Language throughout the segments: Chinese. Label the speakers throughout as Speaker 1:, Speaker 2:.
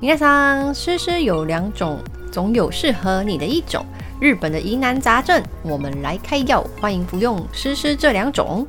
Speaker 1: 皆さん，诗诗有两种，总有适合你的一种。日本的疑难杂症，我们来开药，欢迎服用诗诗这两种。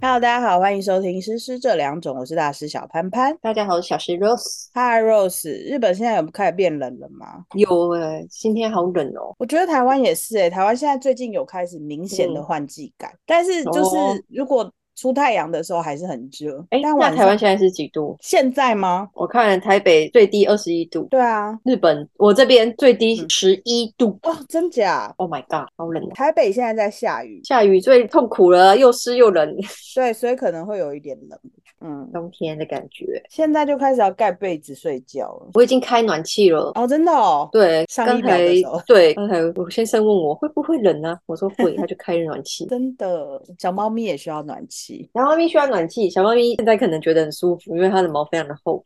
Speaker 2: Hello，大家好，欢迎收听《诗诗这两种》，我是大师小潘潘。
Speaker 3: 大家好，我是小石 Rose。
Speaker 2: Hi Rose，日本现在有开始变冷了吗？
Speaker 3: 有诶、今天好冷哦。
Speaker 2: 我觉得台湾也是诶、台湾现在最近有开始明显的
Speaker 3: 嗯
Speaker 2: 换季感，但是就是
Speaker 3: 哦
Speaker 2: 如果出太阳的时候还是很热。
Speaker 3: 哎，
Speaker 2: 但
Speaker 3: 那
Speaker 2: 晚
Speaker 3: 台湾
Speaker 2: 上
Speaker 3: 现在是几度？
Speaker 2: 现在吗？
Speaker 3: 我看台北最低二十一度，
Speaker 2: 对啊，
Speaker 3: 日本我这边最低
Speaker 2: 嗯
Speaker 3: 十一度。
Speaker 2: 哦，真假？
Speaker 3: Oh my god，好冷哦！
Speaker 2: 台北现在在下雨，
Speaker 3: 下雨最痛苦了，又湿又冷，
Speaker 2: 对，所以可能会有一点冷。嗯，
Speaker 3: 冬天的感觉。
Speaker 2: 现在就开始要盖被子睡觉了。
Speaker 3: 我已经开暖气了。
Speaker 2: 哦，真的哦。
Speaker 3: 对，
Speaker 2: 上
Speaker 3: 刚
Speaker 2: 一秒
Speaker 3: 才
Speaker 2: 的时候
Speaker 3: 对刚才我先生问我会不会冷啊，我说会，他就开了暖气。
Speaker 2: 真的，小猫咪也需要暖气。
Speaker 3: 小猫咪需要暖气，小猫咪现在可能觉得很舒服，因为它的毛非常的厚。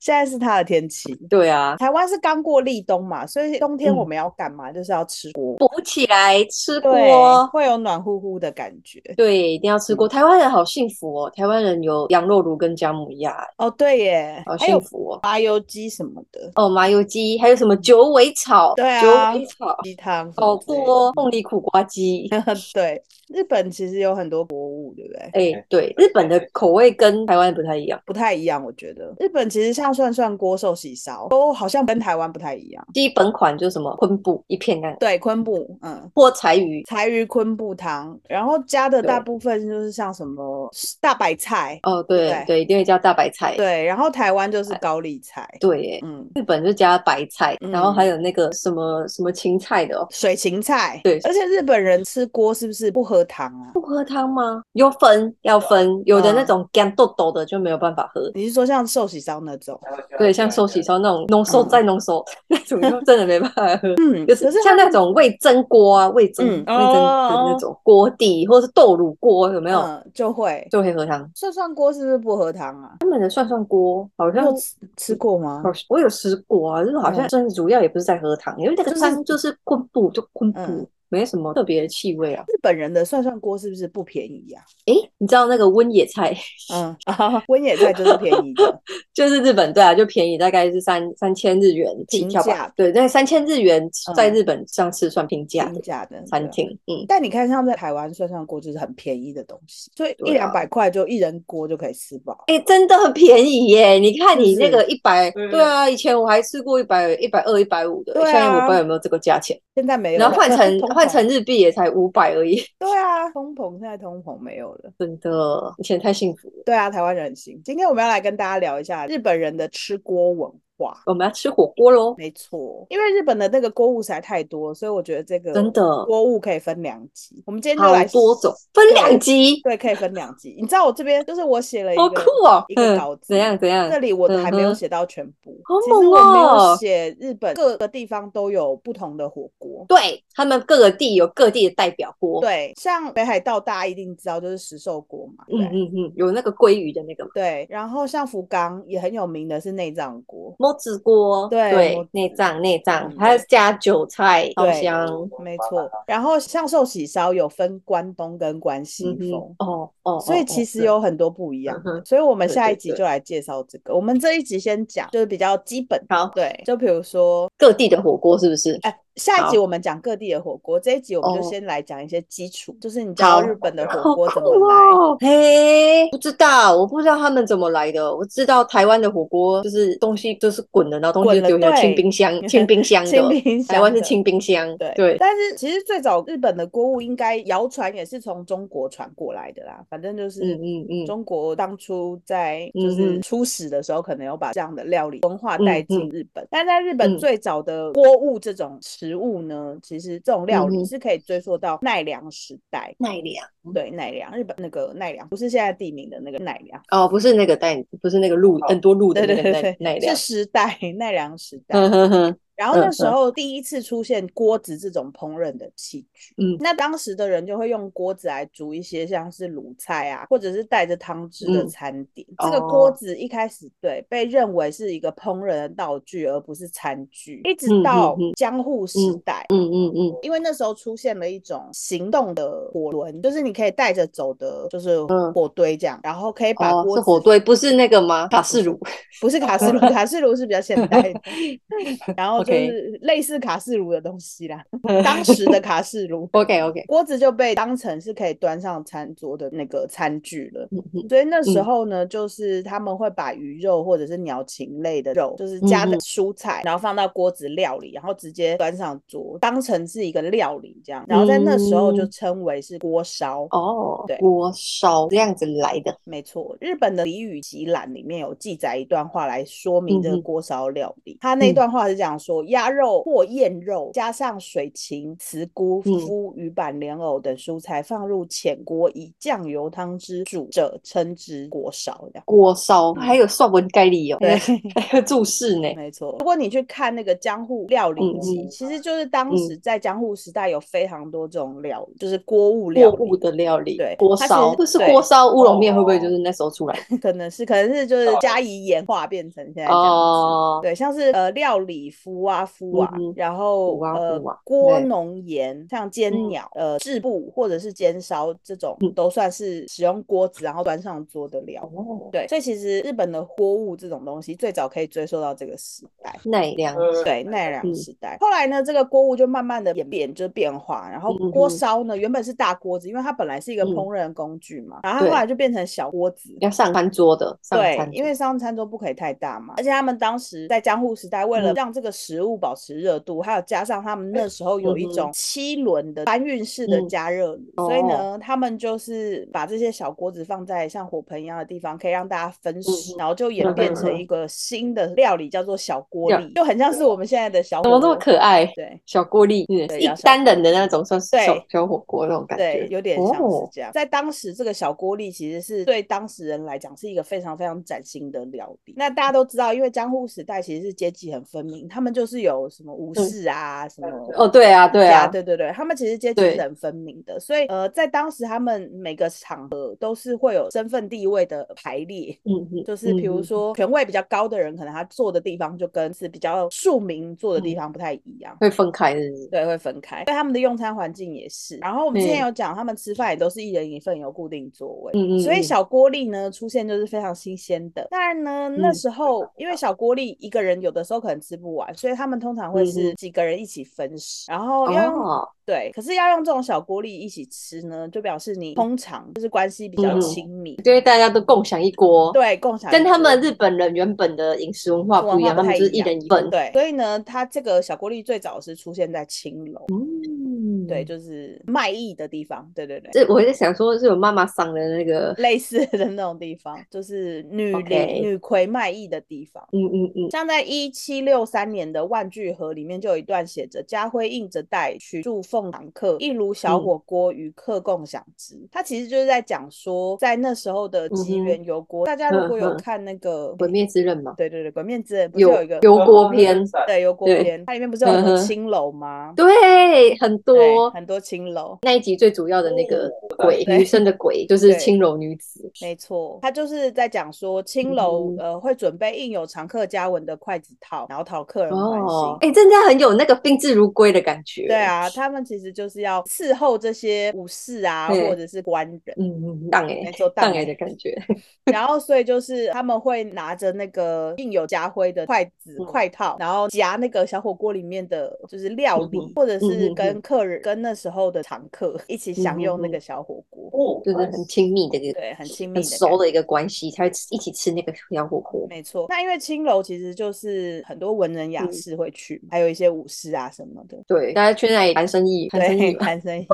Speaker 2: 现在是它的天气。
Speaker 3: 对啊，
Speaker 2: 台湾是刚过立冬嘛，所以冬天
Speaker 3: 嗯
Speaker 2: 我们要干嘛？就是要吃锅，
Speaker 3: 补起来吃
Speaker 2: 对，
Speaker 3: 锅。
Speaker 2: 会有暖乎乎的感觉。
Speaker 3: 对，一定要
Speaker 2: 嗯
Speaker 3: 吃锅。台湾人好幸福哦，台湾人有羊肉炉跟姜母鸭，
Speaker 2: 哦，对耶，
Speaker 3: 好
Speaker 2: 还有
Speaker 3: 幸福哦。
Speaker 2: 麻油鸡什么的，
Speaker 3: 哦，麻油鸡，还有什么九尾草？
Speaker 2: 对啊
Speaker 3: 九尾草，
Speaker 2: 鸡汤什
Speaker 3: 好
Speaker 2: 么之类的，
Speaker 3: 多哦凤梨苦瓜 鸡。
Speaker 2: 对，日本其实有很多博物，对不对？
Speaker 3: 哎，对，日本的口味跟台湾不太一样，
Speaker 2: 不太一样，我觉得日本其实像涮涮锅、寿喜烧都好像跟台湾不太一样。
Speaker 3: 基本款就是什么昆布一片干，
Speaker 2: 对，昆布，嗯，
Speaker 3: 或柴鱼。
Speaker 2: 柴鱼昆布汤，然后加的大
Speaker 3: 对
Speaker 2: 部分就是像什么大白菜，
Speaker 3: 哦，对
Speaker 2: 对
Speaker 3: 对，一定会加大白菜。
Speaker 2: 对，然后台湾就是高丽菜，
Speaker 3: 对，哎
Speaker 2: 嗯，
Speaker 3: 日本就加白菜，然后还
Speaker 2: 嗯
Speaker 3: 有那个什么什么芹菜的哦，
Speaker 2: 水芹菜，
Speaker 3: 对
Speaker 2: 而且日本人吃锅是不是不喝汤啊？
Speaker 3: 不喝汤吗？有分要分，有的那
Speaker 2: 嗯
Speaker 3: 种干豆豆的就没有办法喝。
Speaker 2: 你是说像寿喜烧那种？
Speaker 3: 对，像寿喜烧那种浓缩
Speaker 2: 啊嗯
Speaker 3: 再浓缩 那种， 就真的没办法喝。
Speaker 2: 嗯，
Speaker 3: 就
Speaker 2: 可是
Speaker 3: 像
Speaker 2: 它
Speaker 3: 那种味蒸锅啊，味蒸、
Speaker 2: 嗯
Speaker 3: 味蒸的那种锅底，或者是豆乳锅，有没有？
Speaker 2: 嗯就会
Speaker 3: 就会喝汤。
Speaker 2: 涮涮锅是不是不喝汤啊？
Speaker 3: 他们的涮涮锅好
Speaker 2: 你
Speaker 3: 像
Speaker 2: 有吃吃过吗？
Speaker 3: 好，我有吃过啊，就是好像真的主要也不是在喝汤，因为那个
Speaker 2: 嗯就是
Speaker 3: 汤就是昆布，就昆布，
Speaker 2: 嗯
Speaker 3: 没什么特别的气味啊。
Speaker 2: 日本人的涮涮锅是不是不便宜呀、
Speaker 3: 诶，你知道那个温野菜
Speaker 2: 啊？嗯，温野菜就是便宜的，
Speaker 3: 就是日本对啊，就便宜，大概是三三千日元起
Speaker 2: 平
Speaker 3: 跳
Speaker 2: 价
Speaker 3: 吧。对，那三千日元在
Speaker 2: 嗯
Speaker 3: 日本上次算平价
Speaker 2: 真
Speaker 3: 的
Speaker 2: 假的
Speaker 3: 餐。
Speaker 2: 对啊
Speaker 3: 厅，嗯。
Speaker 2: 但你看，像在台湾涮涮锅就是很便宜的东西，所以一
Speaker 3: 对啊
Speaker 2: 两百块就一人锅就可以吃饱。
Speaker 3: 哎、真的很便宜耶！你看
Speaker 2: 是
Speaker 3: 你那
Speaker 2: 不
Speaker 3: 个
Speaker 2: 是
Speaker 3: 一百，
Speaker 2: 嗯
Speaker 3: 对啊，以前我还吃过一百、一百二、一百五的，
Speaker 2: 对
Speaker 3: 现在我不知
Speaker 2: 啊
Speaker 3: 道有没有这个价钱。
Speaker 2: 现在没有了，
Speaker 3: 然后换 成
Speaker 2: 通
Speaker 3: 换
Speaker 2: 膨
Speaker 3: 成日币也才五百而已，
Speaker 2: 对啊，通膨现在通膨没有了。
Speaker 3: 真的，以前太幸福了。
Speaker 2: 对啊，台湾人很行。今天我们要来跟大家聊一下日本人的吃锅文化。
Speaker 3: 我们要吃火锅喽，
Speaker 2: 没错，因为日本的那个锅物实在太多，所以我觉得这个
Speaker 3: 真的
Speaker 2: 锅物可以分两集。我们今天就
Speaker 3: 好
Speaker 2: 来
Speaker 3: 多种，分两集，
Speaker 2: 对，可以分两集。你知道我这边就是我写了一
Speaker 3: 好
Speaker 2: 个
Speaker 3: 酷哦！
Speaker 2: 一个
Speaker 3: 嗯
Speaker 2: 稿，子，
Speaker 3: 怎样怎样
Speaker 2: 这？里我还没有
Speaker 3: 嗯哼
Speaker 2: 写到全部，
Speaker 3: 好
Speaker 2: 其实
Speaker 3: 猛
Speaker 2: 我没有
Speaker 3: 哦
Speaker 2: 写日本各个地方都有不同的火锅。
Speaker 3: 对他们各个地有各地的代表锅，，
Speaker 2: 对，像北海道大家一定知道就是石兽锅嘛，
Speaker 3: 嗯
Speaker 2: 对
Speaker 3: 嗯嗯，有那个鲑鱼的那个嘛，
Speaker 2: 对，然后像福冈也很有名的是内脏锅，
Speaker 3: 摸子锅，
Speaker 2: 对摸
Speaker 3: 对
Speaker 2: 子，
Speaker 3: 内脏内脏
Speaker 2: 嗯，
Speaker 3: 还有加韭菜，好
Speaker 2: 对
Speaker 3: 香，
Speaker 2: 没错。然后像寿喜烧有分关东跟关西
Speaker 3: 嗯
Speaker 2: 风，
Speaker 3: 哼，哦哦，
Speaker 2: 所以
Speaker 3: 哦
Speaker 2: 其实。
Speaker 3: 哦
Speaker 2: 有很多不一样的。
Speaker 3: 嗯哼
Speaker 2: 所以我们
Speaker 3: 对
Speaker 2: 下一
Speaker 3: 对
Speaker 2: 集
Speaker 3: 对
Speaker 2: 就来介绍这个。我们这一集先讲就是比较基本，
Speaker 3: 好
Speaker 2: 对，就比如说，
Speaker 3: 各地的火锅是不是？
Speaker 2: 哎，下一集
Speaker 3: 好
Speaker 2: 我们讲各地的火锅，这一集我们就
Speaker 3: 哦
Speaker 2: 先来讲一些基础，就是你知道
Speaker 3: 好
Speaker 2: 日本的火
Speaker 3: 好
Speaker 2: 锅
Speaker 3: 酷
Speaker 2: 怎么来。
Speaker 3: 哦！嘿，不知道，我不知道他们怎么来的。我知道台湾的火锅就是东西就是滚的，然后东
Speaker 2: 滚
Speaker 3: 西
Speaker 2: 了
Speaker 3: 就丢进
Speaker 2: 对
Speaker 3: 清 冰箱，清冰箱
Speaker 2: 清
Speaker 3: 的。
Speaker 2: 冰箱
Speaker 3: 台湾是
Speaker 2: 的
Speaker 3: 清冰箱，
Speaker 2: 对
Speaker 3: 对，
Speaker 2: 但是其实最早日本的锅物应该谣传也是从中国传过来的啦，反正就是
Speaker 3: 嗯嗯嗯
Speaker 2: 中国当初在就
Speaker 3: 嗯
Speaker 2: 是
Speaker 3: 嗯
Speaker 2: 初始的时候，可能有把这样的料理文化带进
Speaker 3: 嗯
Speaker 2: 日本，但在日本
Speaker 3: 嗯
Speaker 2: 最早的锅物这种食物呢，其实这种料
Speaker 3: 嗯
Speaker 2: 理
Speaker 3: 哼
Speaker 2: 是可以追溯到奈良时代。
Speaker 3: 奈良
Speaker 2: 对奈良，日本那个奈良不是现在地名的那个奈良，
Speaker 3: 哦，不是那个奈，不是那个鹿，很多鹿的
Speaker 2: 哦对
Speaker 3: 那
Speaker 2: 对
Speaker 3: 个奈
Speaker 2: 对
Speaker 3: 奈
Speaker 2: 对，是
Speaker 3: 良。
Speaker 2: 时代奈良时代。
Speaker 3: 哼哼哼，
Speaker 2: 然后那
Speaker 3: 嗯
Speaker 2: 时
Speaker 3: 嗯
Speaker 2: 候第一次出现锅子这种烹饪的器具，
Speaker 3: 嗯
Speaker 2: 那当时的人就会用锅子来煮一些像是卤菜啊，或者是带着汤汁的
Speaker 3: 嗯
Speaker 2: 餐点。这个锅
Speaker 3: 哦
Speaker 2: 子一开始对被认为是一个烹饪的道具，而不是餐具，一直
Speaker 3: 嗯嗯
Speaker 2: 到
Speaker 3: 嗯
Speaker 2: 江户时
Speaker 3: 嗯
Speaker 2: 代。
Speaker 3: 嗯嗯嗯，
Speaker 2: 因为那时候出现了一种行动的火轮，就是你可以带着走的，就是
Speaker 3: 嗯
Speaker 2: 火堆这样，然后可以把
Speaker 3: 哦，
Speaker 2: 锅
Speaker 3: 是
Speaker 2: 子
Speaker 3: 火堆，不是那个吗？卡式炉，
Speaker 2: 不是卡式炉，卡式炉是比较现代 的，然后就
Speaker 3: OK
Speaker 2: 是类似卡式炉的东西啦，当时的卡式炉。
Speaker 3: OK OK，
Speaker 2: 锅子就被当成是可以端上餐桌的那个餐具了，
Speaker 3: 嗯嗯
Speaker 2: 所以那时
Speaker 3: 嗯
Speaker 2: 候呢，就是他们会把鱼肉或者是鸟禽类的肉，就是加
Speaker 3: 嗯
Speaker 2: 的蔬菜，然后放到锅子料理，然后直接端上桌，当成是一个料理这样，然后在那时候就
Speaker 3: 嗯
Speaker 2: 称为是锅烧。
Speaker 3: 哦
Speaker 2: 对，
Speaker 3: 锅烧这样子来的，
Speaker 2: 没错，日本的俚语集览里面有记载一段话来说明这个
Speaker 3: 嗯嗯
Speaker 2: 锅烧料理。他那
Speaker 3: 嗯
Speaker 2: 段话是讲说，鸭肉或燕肉加上水芹、茨菇、
Speaker 3: 嗯
Speaker 2: 麸、鱼板、莲藕等蔬菜，放入浅锅，以酱油汤汁煮者，称之锅烧。这样
Speaker 3: 锅烧
Speaker 2: 嗯
Speaker 3: 还有蒜文盖里哦，
Speaker 2: 对
Speaker 3: 还有注释呢，
Speaker 2: 没错，如果你去看那个江户料理
Speaker 3: 嗯
Speaker 2: 集，
Speaker 3: 嗯
Speaker 2: 其实就是当
Speaker 3: 嗯
Speaker 2: 时在江户时代有非常多这种料理，就是锅物料
Speaker 3: 锅
Speaker 2: 理
Speaker 3: 物的料理，
Speaker 2: 对
Speaker 3: 锅
Speaker 2: 它
Speaker 3: 烧
Speaker 2: 是
Speaker 3: 就是
Speaker 2: 对
Speaker 3: 锅烧乌龙面，会不会
Speaker 2: 哦
Speaker 3: 就是那时候出来的？
Speaker 2: 可能是可能是就是加以演化变成现在这样子。
Speaker 3: 哦，
Speaker 2: 对，像是呃料理夫啊夫啊，
Speaker 3: 嗯哼
Speaker 2: 然后
Speaker 3: 夫啊
Speaker 2: 呃
Speaker 3: 夫啊
Speaker 2: 锅
Speaker 3: 对
Speaker 2: 农盐，像煎
Speaker 3: 嗯
Speaker 2: 鸟、呃制布或者是煎烧这种，
Speaker 3: 嗯
Speaker 2: 都算是使用锅子然后端上桌的料。
Speaker 3: 哦，
Speaker 2: 对，所以其实日本的锅物这种东西，最早可以追溯到这个时代。
Speaker 3: 奈良，
Speaker 2: 对奈良
Speaker 3: 嗯
Speaker 2: 时代，后来呢，这个锅物就慢慢的演变，就变化。然后
Speaker 3: 嗯
Speaker 2: 锅
Speaker 3: 嗯
Speaker 2: 烧呢，原本是大锅子，因为它本来是一个
Speaker 3: 嗯
Speaker 2: 烹饪的工具嘛，然后它后
Speaker 3: 对
Speaker 2: 来就变成小锅子，
Speaker 3: 要上餐桌的，上
Speaker 2: 对
Speaker 3: 餐，
Speaker 2: 因
Speaker 3: 桌
Speaker 2: 为上餐桌不可以太大嘛，而且他们当时在江户时代，为了
Speaker 3: 嗯
Speaker 2: 让这个食物保持热度，还有加上他们那时候有一
Speaker 3: 嗯
Speaker 2: 种
Speaker 3: 哼
Speaker 2: 七轮的搬运式的
Speaker 3: 嗯哦
Speaker 2: 加热炉，所以呢，他们就是把这些小锅子放在像火盆一样的地方，可以让大家分食，
Speaker 3: 嗯哼
Speaker 2: 然后就演
Speaker 3: 嗯
Speaker 2: 变
Speaker 3: 哼
Speaker 2: 成
Speaker 3: 嗯
Speaker 2: 一个新的料理，叫做小锅
Speaker 3: 呀
Speaker 2: 粒，就很像是我们现在的小
Speaker 3: 怎
Speaker 2: 火
Speaker 3: 么那么
Speaker 2: 锅。
Speaker 3: 可爱？
Speaker 2: 对
Speaker 3: 小锅粒，嗯，
Speaker 2: 对
Speaker 3: 一
Speaker 2: 要小
Speaker 3: 单人
Speaker 2: 锅
Speaker 3: 的
Speaker 2: 粒
Speaker 3: 那种算是
Speaker 2: 对
Speaker 3: 小小火锅那种感
Speaker 2: 对
Speaker 3: 觉，，
Speaker 2: 有点像是
Speaker 3: 哦，
Speaker 2: 这样。在当时，这个小锅粒其实是对当时人来讲是一个非常非常崭新的料理。那大家都知道，因为江户时代其实是阶级很分明，他们就是有什么武
Speaker 3: 嗯
Speaker 2: 士啊，什么
Speaker 3: 哦，对啊，对
Speaker 2: 家
Speaker 3: 啊，
Speaker 2: 对对对，他们其实阶级
Speaker 3: 对
Speaker 2: 是很分明的，所以呃，在当时他们每个场合都是会有身份地位的排列。
Speaker 3: 嗯嗯，
Speaker 2: 就是比如
Speaker 3: 嗯，
Speaker 2: 说权位比较高的人，可能他坐的地方就跟是比较庶民坐的地
Speaker 3: 嗯
Speaker 2: 方不太一样。
Speaker 3: 会分开是不是？
Speaker 2: 对，会分开。对他们的用餐环境也是。然后我们之前
Speaker 3: 嗯
Speaker 2: 有讲，他们吃饭也都是一人一份，有固定座位。
Speaker 3: 嗯嗯
Speaker 2: 所以
Speaker 3: 嗯
Speaker 2: 小锅粒呢出现就是非常新鲜的。当然呢，那
Speaker 3: 嗯
Speaker 2: 时候因为小锅粒一个人有的时候可能吃不完，所以他们通常会
Speaker 3: 嗯
Speaker 2: 是
Speaker 3: 嗯
Speaker 2: 几个人一起分食，然后要用
Speaker 3: 哦，
Speaker 2: 对，可是要用这种小锅粒一起吃呢，就表示你通常就是关系比较
Speaker 3: 嗯嗯
Speaker 2: 亲密，
Speaker 3: 因为大家都共享一锅，，
Speaker 2: 对，共享一
Speaker 3: 跟他们
Speaker 2: 锅
Speaker 3: 日本人原本的饮食文化
Speaker 2: 文
Speaker 3: 不一
Speaker 2: 化
Speaker 3: 样，
Speaker 2: 不
Speaker 3: 他们
Speaker 2: 太
Speaker 3: 就是
Speaker 2: 一
Speaker 3: 一
Speaker 2: 样
Speaker 3: 人一份，
Speaker 2: 对，所以呢，它这个小锅粒最早是出现在青楼。
Speaker 3: 嗯，
Speaker 2: 对，就是卖艺的地方，对对对，
Speaker 3: 这我在想说，是有妈妈桑的那个，
Speaker 2: 类似的那种地方，就是女伶
Speaker 3: OK
Speaker 2: 女魁卖艺的地方。
Speaker 3: 嗯嗯嗯，
Speaker 2: 像在一七六三年的《万聚盒》里面就有一段写着“家辉应着带取住凤堂客，一炉小
Speaker 3: 嗯
Speaker 2: 火锅与客共享之”它其实就是在讲说，在那时候的吉
Speaker 3: 嗯哼
Speaker 2: 原油锅，大家如
Speaker 3: 嗯
Speaker 2: 果有
Speaker 3: 哼
Speaker 2: 看那个《
Speaker 3: 鬼灭之刃嘛，
Speaker 2: 对对对鬼面之刃》，不是
Speaker 3: 有
Speaker 2: 有一个嗯
Speaker 3: 油锅篇，
Speaker 2: 对油锅
Speaker 3: 对
Speaker 2: 篇，它里面不是有很多
Speaker 3: 嗯哼
Speaker 2: 青楼吗？
Speaker 3: 对，哦很
Speaker 2: 对，
Speaker 3: 多
Speaker 2: 很多青楼。
Speaker 3: 那一集最主要的那个鬼，
Speaker 2: 对
Speaker 3: 女生的 鬼就是
Speaker 2: 对
Speaker 3: 青楼女子，
Speaker 2: 没错，他就是在讲说青楼、
Speaker 3: 嗯
Speaker 2: 呃会准备印有常客家文的筷子套，然后讨客人欢心。
Speaker 3: 哦，哎、真的很有那个宾至如归的感觉。
Speaker 2: 对，啊，他们其实就是要伺候这些武士啊，
Speaker 3: 对
Speaker 2: 或者是官人。
Speaker 3: 嗯，荡哎、
Speaker 2: 没错，
Speaker 3: 荡
Speaker 2: 当
Speaker 3: 哎、
Speaker 2: 然
Speaker 3: 的 感觉。
Speaker 2: 然后所以就是他们会拿着那个印有家徽的筷子、
Speaker 3: 嗯
Speaker 2: 筷套，然后夹那个小火锅里面的就是料理，
Speaker 3: 嗯哼
Speaker 2: 或者
Speaker 3: 嗯
Speaker 2: 是
Speaker 3: 哼
Speaker 2: 跟客人、跟那时候的常客一起享用那
Speaker 3: 嗯哼
Speaker 2: 个小火锅。
Speaker 3: 就是很亲密的一个，
Speaker 2: 对，很亲密
Speaker 3: 很
Speaker 2: 的感
Speaker 3: 熟的一个关系，才会吃一起吃那个小火锅。
Speaker 2: 没错，那因为青楼其实就是很多文人雅
Speaker 3: 嗯
Speaker 2: 士会去，还有一些武士啊什么的，
Speaker 3: 对，大家去那里谈生意，谈生
Speaker 2: 对，
Speaker 3: 意嘛。
Speaker 2: 谈生意，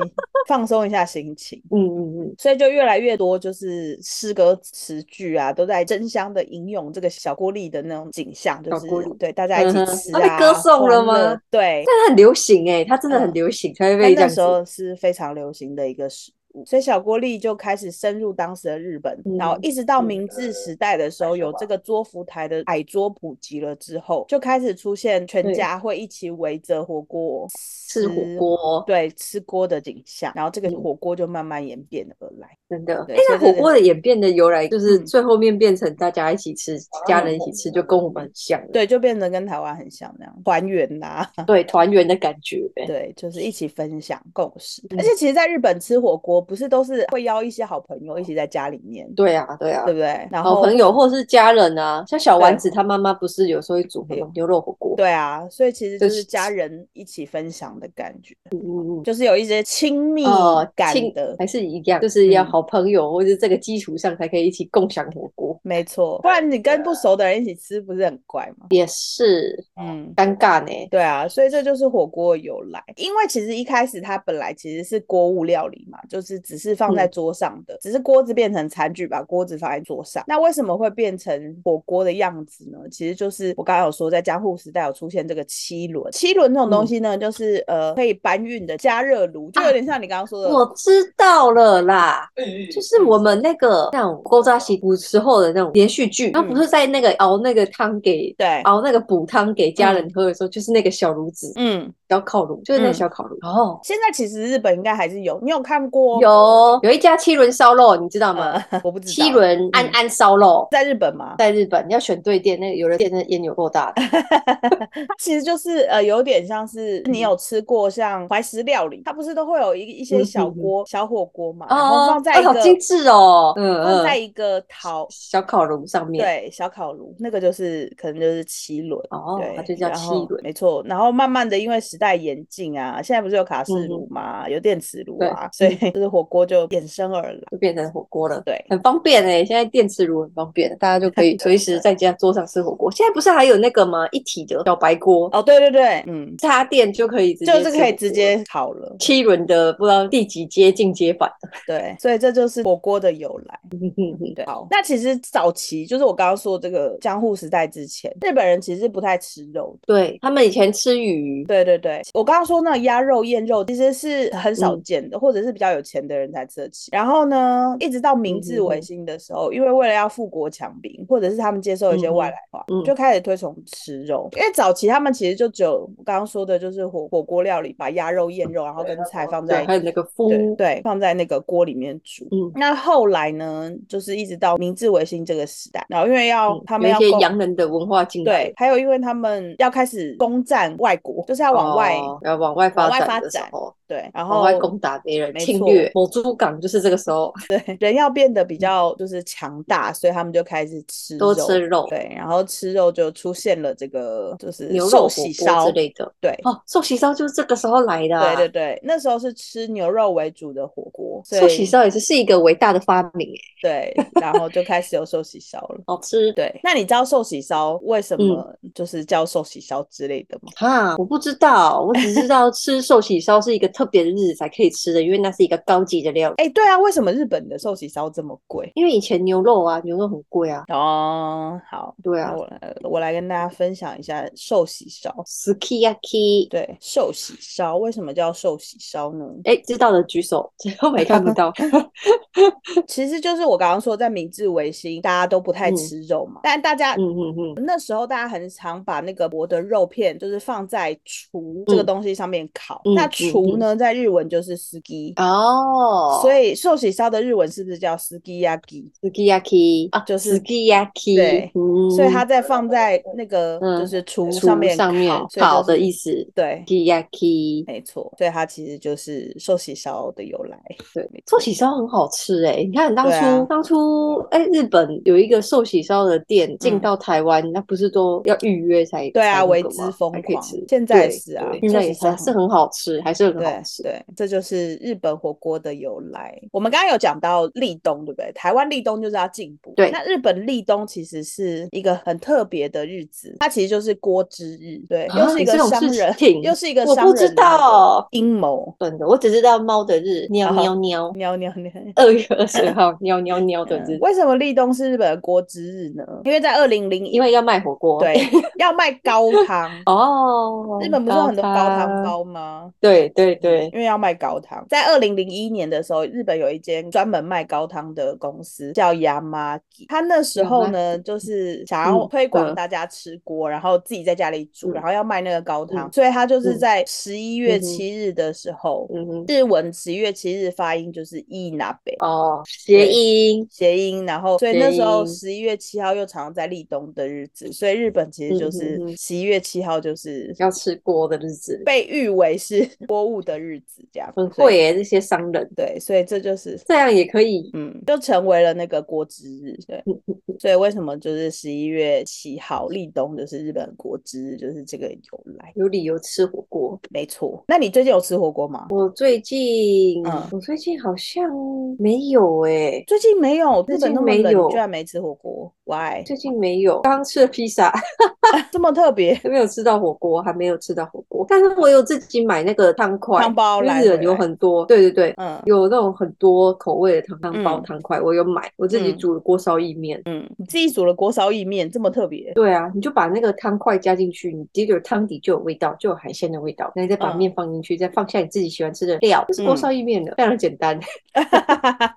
Speaker 2: 放松一下心情。
Speaker 3: 嗯嗯嗯，
Speaker 2: 所以就越来越多，就是诗歌词句啊，都在争相的吟咏这个小锅粒的那种景象，就
Speaker 3: 小
Speaker 2: 是
Speaker 3: 锅粒
Speaker 2: 对大家一起
Speaker 3: 嗯哼
Speaker 2: 吃
Speaker 3: 它
Speaker 2: 啊，
Speaker 3: 被歌颂了
Speaker 2: 欢乐
Speaker 3: 吗
Speaker 2: 对，
Speaker 3: 但它很流行哎、它真的很
Speaker 2: 嗯
Speaker 3: 流行，才会
Speaker 2: 它
Speaker 3: 被这
Speaker 2: 那
Speaker 3: 样
Speaker 2: 时
Speaker 3: 子。
Speaker 2: 候是非常流行的一个食物，所以小锅粒就开始深入当时的日本，然
Speaker 3: 嗯
Speaker 2: 后一直到明治时代的时候，有这个桌福台的矮桌普及了之后，就开始出现全家会一起围着火锅
Speaker 3: 吃火，锅，嗯
Speaker 2: 对，吃锅的景象，然后这个火锅就慢慢演变而来。
Speaker 3: 真的。
Speaker 2: 对
Speaker 3: 哎，
Speaker 2: 所
Speaker 3: 那
Speaker 2: 以这
Speaker 3: 火
Speaker 2: 个
Speaker 3: 锅的演变的由来，就是
Speaker 2: 嗯
Speaker 3: 最后面变成大家一起吃，家人一起吃，就跟我们很像了。
Speaker 2: 对，就变得跟台湾很像那样，还原啦、
Speaker 3: 对，团圆的感觉。
Speaker 2: 对，就是一起分享共识。
Speaker 3: 嗯
Speaker 2: 而且其实，在日本吃火锅，不是都是会邀一些好朋友一起在家里面，
Speaker 3: 对啊，对啊
Speaker 2: 对，不对？然
Speaker 3: 好
Speaker 2: 后
Speaker 3: 朋友或是家人啊，像小丸
Speaker 2: 对
Speaker 3: 子他妈妈不是有时候会煮那种牛肉火锅？
Speaker 2: 对啊，所以其实就
Speaker 3: 就是
Speaker 2: 是家人一起分享的感觉，
Speaker 3: 嗯，嗯
Speaker 2: 就是有一些亲密
Speaker 3: 哦，
Speaker 2: 感
Speaker 3: 亲
Speaker 2: 的。
Speaker 3: 还是一样，就是要
Speaker 2: 嗯
Speaker 3: 好朋友、或者这个基础上才可以一起共享火锅。
Speaker 2: 没错，不然你跟
Speaker 3: 啊
Speaker 2: 不熟的人一起吃，不是很怪吗？
Speaker 3: 也是
Speaker 2: 嗯，
Speaker 3: 尴尬呢。
Speaker 2: 对啊，所以这就是火锅的由来。因为其实一开始它本来其实是锅物料理嘛，就是只是放在
Speaker 3: 嗯
Speaker 2: 桌上的，只是锅子变成餐具，把锅子放在桌上。那为什么会变成火锅的样子呢？其实就是我刚刚有说，在江户时代有出现这个七轮，七轮这种
Speaker 3: 嗯
Speaker 2: 东西呢，就是呃可以搬运的加热炉，就有点像你刚刚说的。
Speaker 3: 啊我知道了啦，
Speaker 2: 哎
Speaker 3: 就是我们那个那种勾扎西古时候的那种连续
Speaker 2: 嗯
Speaker 3: 剧，他不是在那个熬那个汤给
Speaker 2: 对，
Speaker 3: 熬那个补汤给家人喝的时候，就是那个小炉子、
Speaker 2: 嗯，
Speaker 3: 小烤炉，就是那个
Speaker 2: 嗯
Speaker 3: 小烤炉。哦，
Speaker 2: 现在其实日本应该还是有，你有看过？
Speaker 3: 有有一家七轮烧肉，你知道吗？
Speaker 2: 呃，我不知道。嗯
Speaker 3: 七轮安安烧肉。
Speaker 2: 在日本吗？
Speaker 3: 在日本，你要选对店，那个有的店那烟有够大的，
Speaker 2: 它其实就是呃，有点像是
Speaker 3: 嗯
Speaker 2: 你有吃过像怀石料理，它不是都会有一一
Speaker 3: 嗯
Speaker 2: 些小锅、小火锅嘛，然后放在
Speaker 3: 哎
Speaker 2: 一个
Speaker 3: 好精致哦，嗯
Speaker 2: 放在
Speaker 3: 嗯，
Speaker 2: 一个陶
Speaker 3: 小烤炉上面，，
Speaker 2: 对小烤炉，那个就是可能就是七轮。
Speaker 3: 哦，
Speaker 2: 对，
Speaker 3: 它就叫
Speaker 2: 然
Speaker 3: 七
Speaker 2: 后
Speaker 3: 轮，
Speaker 2: 没错。然后慢慢的，因为时代演进啊，现在不是有卡式炉
Speaker 3: 嗯
Speaker 2: 嘛，有电磁炉
Speaker 3: 对嗯
Speaker 2: 啊，所以就是火锅就衍生而来。
Speaker 3: 就变成火锅了。
Speaker 2: 对，
Speaker 3: 很方便哎、现在电磁炉很方便，大家就 可以
Speaker 2: 啊
Speaker 3: 随时在家桌上吃火锅。现在不是还有那个吗？一体的小白锅，
Speaker 2: 哦，对对对，嗯，
Speaker 3: 插电就可以直接，
Speaker 2: 就是可以直。接烤了。
Speaker 3: 七轮的不知道第几阶进阶 版的，
Speaker 2: 对，所以这就是火锅的由来。
Speaker 3: 对，
Speaker 2: 好，那其实早期就是我刚刚说这个江户时代之前，日本人其实不太吃肉的。
Speaker 3: 对他们以前吃鱼，
Speaker 2: 对对对，我刚刚说那个鸭肉、燕肉其实是很少
Speaker 3: 嗯
Speaker 2: 见的，或者是比较有钱的人才吃得起。然后呢，一直到明治维
Speaker 3: 嗯
Speaker 2: 新的时候，因为为了要富国强兵，或者是他们接受一些外
Speaker 3: 嗯
Speaker 2: 来化，
Speaker 3: 嗯
Speaker 2: 就开始推崇吃肉。因为早期他们其实就只有我刚刚说的，就是火火锅料理，把鸭肉、燕肉，然后跟菜放在
Speaker 3: 对，还有那个
Speaker 2: 对
Speaker 3: 风，
Speaker 2: 对，放在那个锅里面煮。
Speaker 3: 嗯
Speaker 2: 那后来呢，就是一直到明治维新这个时代，然后因为要、
Speaker 3: 嗯
Speaker 2: 他
Speaker 3: 有
Speaker 2: 们
Speaker 3: 一
Speaker 2: 要
Speaker 3: 些
Speaker 2: 攻
Speaker 3: 洋人的文化进来
Speaker 2: 对，，还有因为他们要开始攻占外国，就是要往外、
Speaker 3: 哦要往外
Speaker 2: 往外
Speaker 3: 发
Speaker 2: 发
Speaker 3: 展的时
Speaker 2: 展
Speaker 3: 候，
Speaker 2: 对，然
Speaker 3: 往
Speaker 2: 后
Speaker 3: 外攻打别人，
Speaker 2: 没
Speaker 3: 侵
Speaker 2: 错
Speaker 3: 略某猪港，就是这个时候
Speaker 2: 对人要变得比较就是强大，所以他们就开始吃
Speaker 3: 多
Speaker 2: 肉
Speaker 3: 吃肉，
Speaker 2: 对，然后吃肉就出现了这个就是
Speaker 3: 牛
Speaker 2: 寿
Speaker 3: 肉
Speaker 2: 喜
Speaker 3: 火锅
Speaker 2: 烧
Speaker 3: 之，类的。
Speaker 2: 对。
Speaker 3: 哦，寿喜烧就是这个时候来的、啊，
Speaker 2: 对对对，那时候是吃牛肉为主的火锅，所
Speaker 3: 寿喜
Speaker 2: 以
Speaker 3: 烧也是是一个伟大的发明欸耶，
Speaker 2: 对，然后就开始有寿喜烧了。
Speaker 3: 好吃。
Speaker 2: 对，那你知道寿喜烧为什么就是叫寿喜烧之类的吗？
Speaker 3: 哈，我不知道，我只知道 吃寿喜烧是一个特别的日子才可以吃的，因为那是一个高级的料理。
Speaker 2: 哎、对啊，为什么日本的寿喜烧这么贵？
Speaker 3: 因为以前牛肉啊，牛肉很贵啊。
Speaker 2: 哦，好，
Speaker 3: 对
Speaker 2: 那
Speaker 3: 啊
Speaker 2: 我来我来跟大家分享一下寿喜烧。
Speaker 3: ，sukiyaki。
Speaker 2: 对，寿喜烧为什么叫寿喜烧呢？
Speaker 3: 哎，知道的举手，我没看不 到。
Speaker 2: 其实就是我刚刚说，在明治维新，大家都不太
Speaker 3: 嗯
Speaker 2: 吃肉嘛，但大家
Speaker 3: 嗯嗯嗯，
Speaker 2: 那时候大家很常把那个薄的肉片，就是放在厨这个
Speaker 3: 嗯
Speaker 2: 东西上面烤。
Speaker 3: 嗯
Speaker 2: 那
Speaker 3: 嗯
Speaker 2: 厨
Speaker 3: 嗯
Speaker 2: 呢，在日文就是 ski，
Speaker 3: 哦，
Speaker 2: 所
Speaker 3: 以
Speaker 2: 以寿喜烧的日文是不是叫 sukiyaki？
Speaker 3: sukiyaki 啊，
Speaker 2: 就是
Speaker 3: sukiyaki。
Speaker 2: 对
Speaker 3: 嗯，
Speaker 2: 所以它再放在那个就是厨
Speaker 3: 厨
Speaker 2: 上面
Speaker 3: 上面
Speaker 2: 所以
Speaker 3: 烤
Speaker 2: 就是
Speaker 3: 的意思
Speaker 2: 对，
Speaker 3: ，sukiyaki。
Speaker 2: 没错，所以它其实就是寿喜烧的由来。
Speaker 3: 对
Speaker 2: 没，错
Speaker 3: 寿喜烧很好吃哎、你看当初、
Speaker 2: 对啊
Speaker 3: 当初哎、日本有一个寿喜烧的店进到台湾，那不是都要预约才
Speaker 2: 嗯对啊
Speaker 3: 才那
Speaker 2: 为
Speaker 3: 个
Speaker 2: 之
Speaker 3: 吗
Speaker 2: 疯
Speaker 3: 才可以
Speaker 2: 狂
Speaker 3: 吃。
Speaker 2: 现在也
Speaker 3: 对
Speaker 2: 是啊
Speaker 3: 对
Speaker 2: 寿
Speaker 3: 现在
Speaker 2: 喜
Speaker 3: 也是
Speaker 2: 烧
Speaker 3: 还是很好吃，还是很好
Speaker 2: 对
Speaker 3: 吃。
Speaker 2: 对，这就是日本火锅的由来。我们刚刚有讲到立冬，对不对？台湾立冬就是要进补。
Speaker 3: 对
Speaker 2: 那日本立冬其实是一个很特别的日子，它其实就是锅之日，对，
Speaker 3: 啊
Speaker 2: 又是一个
Speaker 3: 这种
Speaker 2: 商
Speaker 3: 事
Speaker 2: 人，
Speaker 3: 情
Speaker 2: 又是一个
Speaker 3: 我
Speaker 2: 商人
Speaker 3: 不知
Speaker 2: 拿的
Speaker 3: 道
Speaker 2: 阴谋，
Speaker 3: 真的，我只知道猫的日，喵
Speaker 2: 好
Speaker 3: 喵喵，
Speaker 2: 喵喵喵。
Speaker 3: 二月二十号，喵喵喵的日
Speaker 2: 嗯，为什么立冬是日本的锅之日呢？因为在二零零一
Speaker 3: 因为要卖火锅。
Speaker 2: 对，要卖高汤。
Speaker 3: 哦，
Speaker 2: 日本不是有很多高汤包吗？
Speaker 3: 对对对，
Speaker 2: 因为要卖高汤，在二零零一年的时候，日本有一间专门卖高汤的公司叫 Yamagi，他那时候呢，就是想要
Speaker 3: 嗯
Speaker 2: 推广
Speaker 3: 嗯
Speaker 2: 大家吃锅，然后自己在家里煮，
Speaker 3: 嗯
Speaker 2: 然后要卖那个高汤，
Speaker 3: 嗯
Speaker 2: 所以他就是
Speaker 3: 嗯
Speaker 2: 在十一月
Speaker 3: 嗯哼
Speaker 2: 七日的时候，
Speaker 3: 嗯哼，
Speaker 2: 日文十一月七日发音就是 i n a b
Speaker 3: 哦，谐音，
Speaker 2: 谐音，然后所以那时候
Speaker 3: 谐
Speaker 2: 十一月七号又常在立冬的日子，所以日本其实就是
Speaker 3: 嗯嗯嗯
Speaker 2: 十一月七号就是
Speaker 3: 要吃锅的日子，
Speaker 2: 被誉为是 播物的日子，这样
Speaker 3: 很
Speaker 2: 所
Speaker 3: 会
Speaker 2: 以
Speaker 3: 耶，这些商人，
Speaker 2: 对，所以这就是
Speaker 3: 这样也可以，
Speaker 2: 嗯，就成为了那个国之日， 对，所以为什么就是十一月七号立冬就是日本国之日，就是这个由来，
Speaker 3: 有理由吃火锅。
Speaker 2: 没错。那你最近有吃火锅吗？
Speaker 3: 我最近，
Speaker 2: 嗯
Speaker 3: 我最近好像没有哎、
Speaker 2: 最近没有，日
Speaker 3: 最
Speaker 2: 本
Speaker 3: 近
Speaker 2: 那么
Speaker 3: 没
Speaker 2: 冷，
Speaker 3: 有
Speaker 2: 居然没吃火锅，why？
Speaker 3: 最近没有，刚吃了披萨，
Speaker 2: 这么特别？
Speaker 3: 还没有吃到火锅，还没有吃到火锅。但是我有自己买那个汤块，
Speaker 2: 汤包
Speaker 3: 因为
Speaker 2: 来欸
Speaker 3: 日
Speaker 2: 回
Speaker 3: 本有
Speaker 2: 来
Speaker 3: 很多，对对对，
Speaker 2: 嗯
Speaker 3: 有那种很多口味的汤汤包、
Speaker 2: 嗯
Speaker 3: 汤块，我有买，我自己
Speaker 2: 嗯
Speaker 3: 煮了锅烧意面。
Speaker 2: 嗯，你自己煮了锅烧意面，这么特别？
Speaker 3: 对啊，你就把那个汤块加进去，你滴个汤底就有味道，就有海鲜的味道。然后你再把
Speaker 2: 嗯
Speaker 3: 面放进去，再放下你自己喜欢吃的料，就是锅
Speaker 2: 嗯
Speaker 3: 烧意面了，非常简单。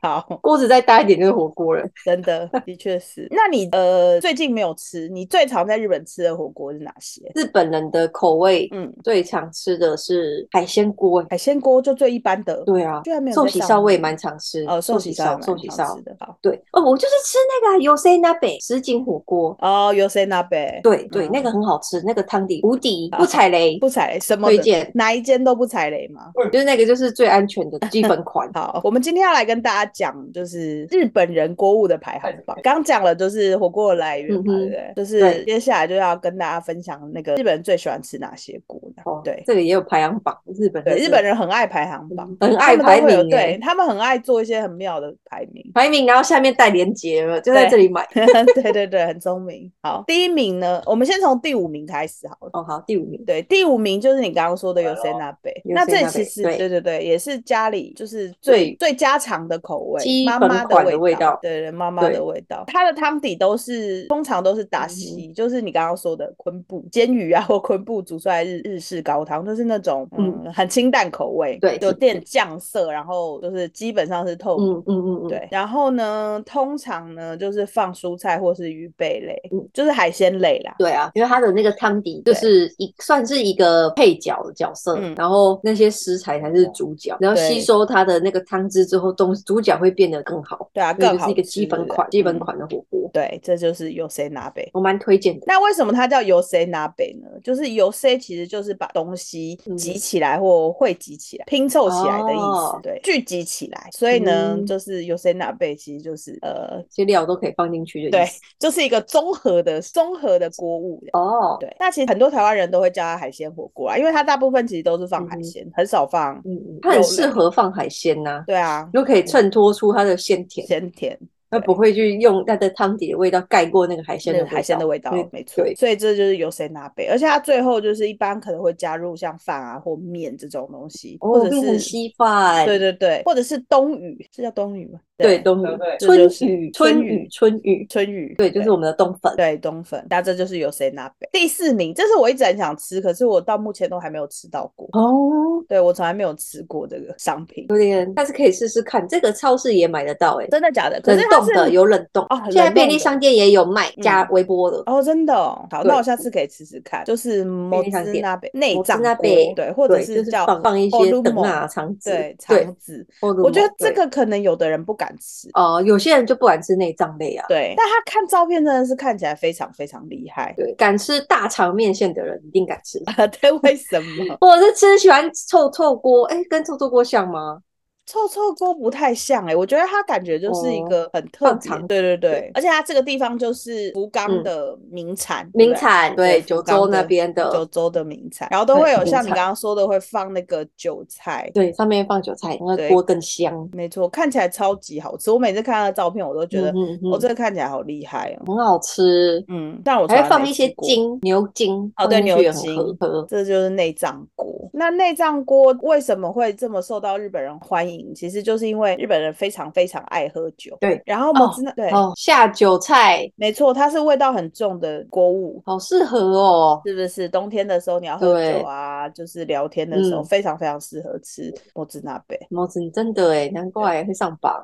Speaker 2: 好，
Speaker 3: 锅子再大一点就是火锅了。
Speaker 2: 真的，的确是。那你呃，最近没有吃，你最常在日本吃的火锅是哪些？
Speaker 3: 日本人的口味
Speaker 2: 嗯，
Speaker 3: 最常吃的是海鲜锅，
Speaker 2: 海鲜锅就最一般的，
Speaker 3: 对啊
Speaker 2: 居，然没有
Speaker 3: 寿
Speaker 2: 在
Speaker 3: 喜
Speaker 2: 上
Speaker 3: 烧我也
Speaker 2: 面
Speaker 3: 蛮常吃，
Speaker 2: 哦，寿
Speaker 3: 寿
Speaker 2: 喜烧也
Speaker 3: 烧，
Speaker 2: 蛮
Speaker 3: 寿喜
Speaker 2: 常
Speaker 3: 烧
Speaker 2: 吃，的，好
Speaker 3: 对哦，我就是吃那个 Yosei n a b e 什锦火锅，
Speaker 2: 哦，有谁拿呗？
Speaker 3: 对对，
Speaker 2: 嗯
Speaker 3: 那个很好吃，那个汤底无敌，
Speaker 2: 好
Speaker 3: 不踩雷，
Speaker 2: 嗯不踩雷什么
Speaker 3: 推
Speaker 2: 的
Speaker 3: 荐
Speaker 2: 哪一间都不踩雷吗？。
Speaker 3: 就是那个就是最安全的基本款
Speaker 2: 好，我们今天要来跟大家讲，就是日本人锅物的排行榜。刚讲了就是火锅的来源嘛，
Speaker 3: 嗯哼
Speaker 2: 对不对？就是
Speaker 3: 对
Speaker 2: 接下来就要跟大家分享那个日本人最喜欢吃哪些锅的。
Speaker 3: 哦，
Speaker 2: 对
Speaker 3: 这个也有排行榜，日本
Speaker 2: 对，
Speaker 3: 真
Speaker 2: 日
Speaker 3: 的
Speaker 2: 本人很爱排行榜
Speaker 3: 嗯，很
Speaker 2: 他
Speaker 3: 爱
Speaker 2: 们都
Speaker 3: 排
Speaker 2: 会有
Speaker 3: 名
Speaker 2: 对
Speaker 3: 耶，
Speaker 2: 他们很爱做一些很妙的排名。
Speaker 3: 排名，然后下面带连结了，就在
Speaker 2: 对
Speaker 3: 这里买。
Speaker 2: 对对对，很聪明。好，第一名呢，我们先从第五名开始好了。
Speaker 3: 哦，好，第五名，
Speaker 2: 对，第五名就是你刚刚说的
Speaker 3: 哎
Speaker 2: 有塞那贝，那这
Speaker 3: Yosei-nabe，
Speaker 2: 其实
Speaker 3: 对
Speaker 2: 对对对，也是家里就是最最家常的口味，
Speaker 3: 基
Speaker 2: 妈
Speaker 3: 本
Speaker 2: 妈
Speaker 3: 款的
Speaker 2: 味
Speaker 3: 味道
Speaker 2: 对对，妈妈
Speaker 3: 对
Speaker 2: 的味道。它的汤底都是通常都是打
Speaker 3: 嗯
Speaker 2: 西，就是你刚刚说的昆布煎鱼啊或昆布煮出来日日式高汤，就是那种嗯
Speaker 3: 嗯
Speaker 2: 很清淡口味，
Speaker 3: 对
Speaker 2: 有点酱色，然后就是基本上是透明
Speaker 3: 嗯嗯嗯嗯，
Speaker 2: 对，然后呢，通常呢就是放蔬菜或是鱼贝类，
Speaker 3: 嗯
Speaker 2: 就是海鲜类啦。
Speaker 3: 对啊，因为它的那个汤底
Speaker 2: 对
Speaker 3: 就是一算是一个配角的角色，
Speaker 2: 嗯
Speaker 3: 然后那些食材才是主角，然后
Speaker 2: 对
Speaker 3: 吸收它的那个汤汁之后，东主角会变得更好，
Speaker 2: 对啊，
Speaker 3: 所以
Speaker 2: 更
Speaker 3: 就是
Speaker 2: 好
Speaker 3: 一个
Speaker 2: 吃嗯
Speaker 3: 基本款、基本。款的火
Speaker 2: 对
Speaker 3: 锅，
Speaker 2: 不对嗯对，这就是 y o s e n a b e
Speaker 3: 我蛮推荐的。
Speaker 2: 那为什么它叫 y o s e n a b e 呢？就是 y o s e 其实就是把东西
Speaker 3: 嗯
Speaker 2: 集起来或汇集起来、拼凑起来的意思，
Speaker 3: 哦
Speaker 2: 对，聚集起来。所以呢，
Speaker 3: 嗯
Speaker 2: 就是 y o s e n a b e 其实就是呃，
Speaker 3: 这些料都可以放进去的意思。
Speaker 2: 就是一个综合的综合的锅物。
Speaker 3: 哦，
Speaker 2: 对，那其实很多台湾人都会叫它海鲜火锅啊，因为它大部分其实都是放海
Speaker 3: 嗯哼
Speaker 2: 鲜，很少放。
Speaker 3: 嗯，嗯，它很
Speaker 2: 肉
Speaker 3: 适
Speaker 2: 类
Speaker 3: 合放海鲜呐、
Speaker 2: 对啊，
Speaker 3: 又可以衬托出它的鲜甜，
Speaker 2: 鲜甜
Speaker 3: 它
Speaker 2: 对
Speaker 3: 不会去用它的汤底的味道盖过那个海鲜
Speaker 2: 那
Speaker 3: 的
Speaker 2: 个海鲜的味道
Speaker 3: 对，
Speaker 2: 没错
Speaker 3: 对。
Speaker 2: 所以这就是由谁拿杯，而且它最后就是一般可能会加入像饭啊或面这种东西，
Speaker 3: 哦，
Speaker 2: 或者
Speaker 3: 变成
Speaker 2: 是
Speaker 3: 稀饭，
Speaker 2: 对对对，或者是冬雨，是叫冬雨吗？
Speaker 3: 对，冬雨、
Speaker 2: 这
Speaker 3: 春
Speaker 2: 就是
Speaker 3: 雨、
Speaker 2: 春
Speaker 3: 春
Speaker 2: 雨
Speaker 3: 雨、春雨，
Speaker 2: 春雨，
Speaker 3: 对，就是我们的冬粉。
Speaker 2: 对冬粉，那这就是由谁拿杯。第四名，这是我一直很想吃，可是我到目前都还没有吃到过，
Speaker 3: 哦，
Speaker 2: 对我从来没有吃过这个商品，
Speaker 3: 有点，但是可以试试看，这个超市也买得到、欸，
Speaker 2: 真的假的？可
Speaker 3: 冷
Speaker 2: 是它
Speaker 3: 冻
Speaker 2: 是
Speaker 3: 的有冷冻，
Speaker 2: 哦冷
Speaker 3: 现在便
Speaker 2: 冻
Speaker 3: 利
Speaker 2: 的
Speaker 3: 商店也有卖加
Speaker 2: 嗯
Speaker 3: 微波的，
Speaker 2: 哦，真的哦，好，那
Speaker 3: 对
Speaker 2: 我下次可以试试看，就是摩
Speaker 3: 利商
Speaker 2: 兹
Speaker 3: 店
Speaker 2: 那贝内
Speaker 3: 摩兹
Speaker 2: 脏
Speaker 3: 那
Speaker 2: 锅
Speaker 3: 贝
Speaker 2: 对，或者
Speaker 3: 对，
Speaker 2: 是
Speaker 3: 就是
Speaker 2: 叫
Speaker 3: 放放一些
Speaker 2: Olumo
Speaker 3: 等啊肠子，
Speaker 2: 对
Speaker 3: 对
Speaker 2: 肠，子，
Speaker 3: 我
Speaker 2: 我觉得这个可能有的人不敢吃，
Speaker 3: 哦、有些人就不敢吃内脏类啊，
Speaker 2: 对，但他看照片真的是看起来非常非常厉 害，
Speaker 3: 对，敢吃大肠面线的人一定敢吃。
Speaker 2: 啊，对，为什么
Speaker 3: 我是吃喜欢臭臭锅，哎、跟臭臭锅像吗？
Speaker 2: 臭臭锅不太像哎、欸？我觉得它感觉就是一
Speaker 3: 哦
Speaker 2: 个很特
Speaker 3: 放
Speaker 2: 别，
Speaker 3: 长
Speaker 2: 对对对
Speaker 3: 对，
Speaker 2: 而且它这个地方就是福冈
Speaker 3: 嗯
Speaker 2: 的名产，对不
Speaker 3: 名
Speaker 2: 对
Speaker 3: 产对，
Speaker 2: 福
Speaker 3: 九
Speaker 2: 冈
Speaker 3: 州那
Speaker 2: 的
Speaker 3: 边
Speaker 2: 九
Speaker 3: 的，
Speaker 2: 州的名产，然后都会
Speaker 3: 对
Speaker 2: 有
Speaker 3: 名
Speaker 2: 像你
Speaker 3: 产
Speaker 2: 刚刚说的会放那个韭菜，
Speaker 3: 对，上面放韭菜，那
Speaker 2: 对
Speaker 3: 个锅更香。
Speaker 2: 没错，看起来超级好吃。我每次看他的照片，我都觉得，我、
Speaker 3: 嗯
Speaker 2: 哦、
Speaker 3: 嗯
Speaker 2: 这个看起来好厉害哦。
Speaker 3: 很好吃，
Speaker 2: 嗯，但我从
Speaker 3: 还
Speaker 2: 来
Speaker 3: 会放
Speaker 2: 没
Speaker 3: 一
Speaker 2: 吃
Speaker 3: 些
Speaker 2: 过，
Speaker 3: 筋，牛筋，
Speaker 2: 哦
Speaker 3: 放
Speaker 2: 对
Speaker 3: 进去也
Speaker 2: 牛
Speaker 3: 很
Speaker 2: 筋
Speaker 3: 合合。
Speaker 2: 这就是内脏锅。那内脏锅为什么会这么受到日本人欢迎？其实就是因为日本人非常非常爱喝酒。
Speaker 3: 对，
Speaker 2: 然后我们
Speaker 3: 哦
Speaker 2: 真的、对，
Speaker 3: 哦，下酒菜
Speaker 2: 没错，它是味道很重的锅物。
Speaker 3: 好适合哦。
Speaker 2: 是不是冬天的时候你要喝
Speaker 3: 对
Speaker 2: 酒啊？就是聊天的时候，
Speaker 3: 嗯
Speaker 2: 非常非常适合吃莫兹纳贝。
Speaker 3: 毛子，你真的哎，难怪会上榜。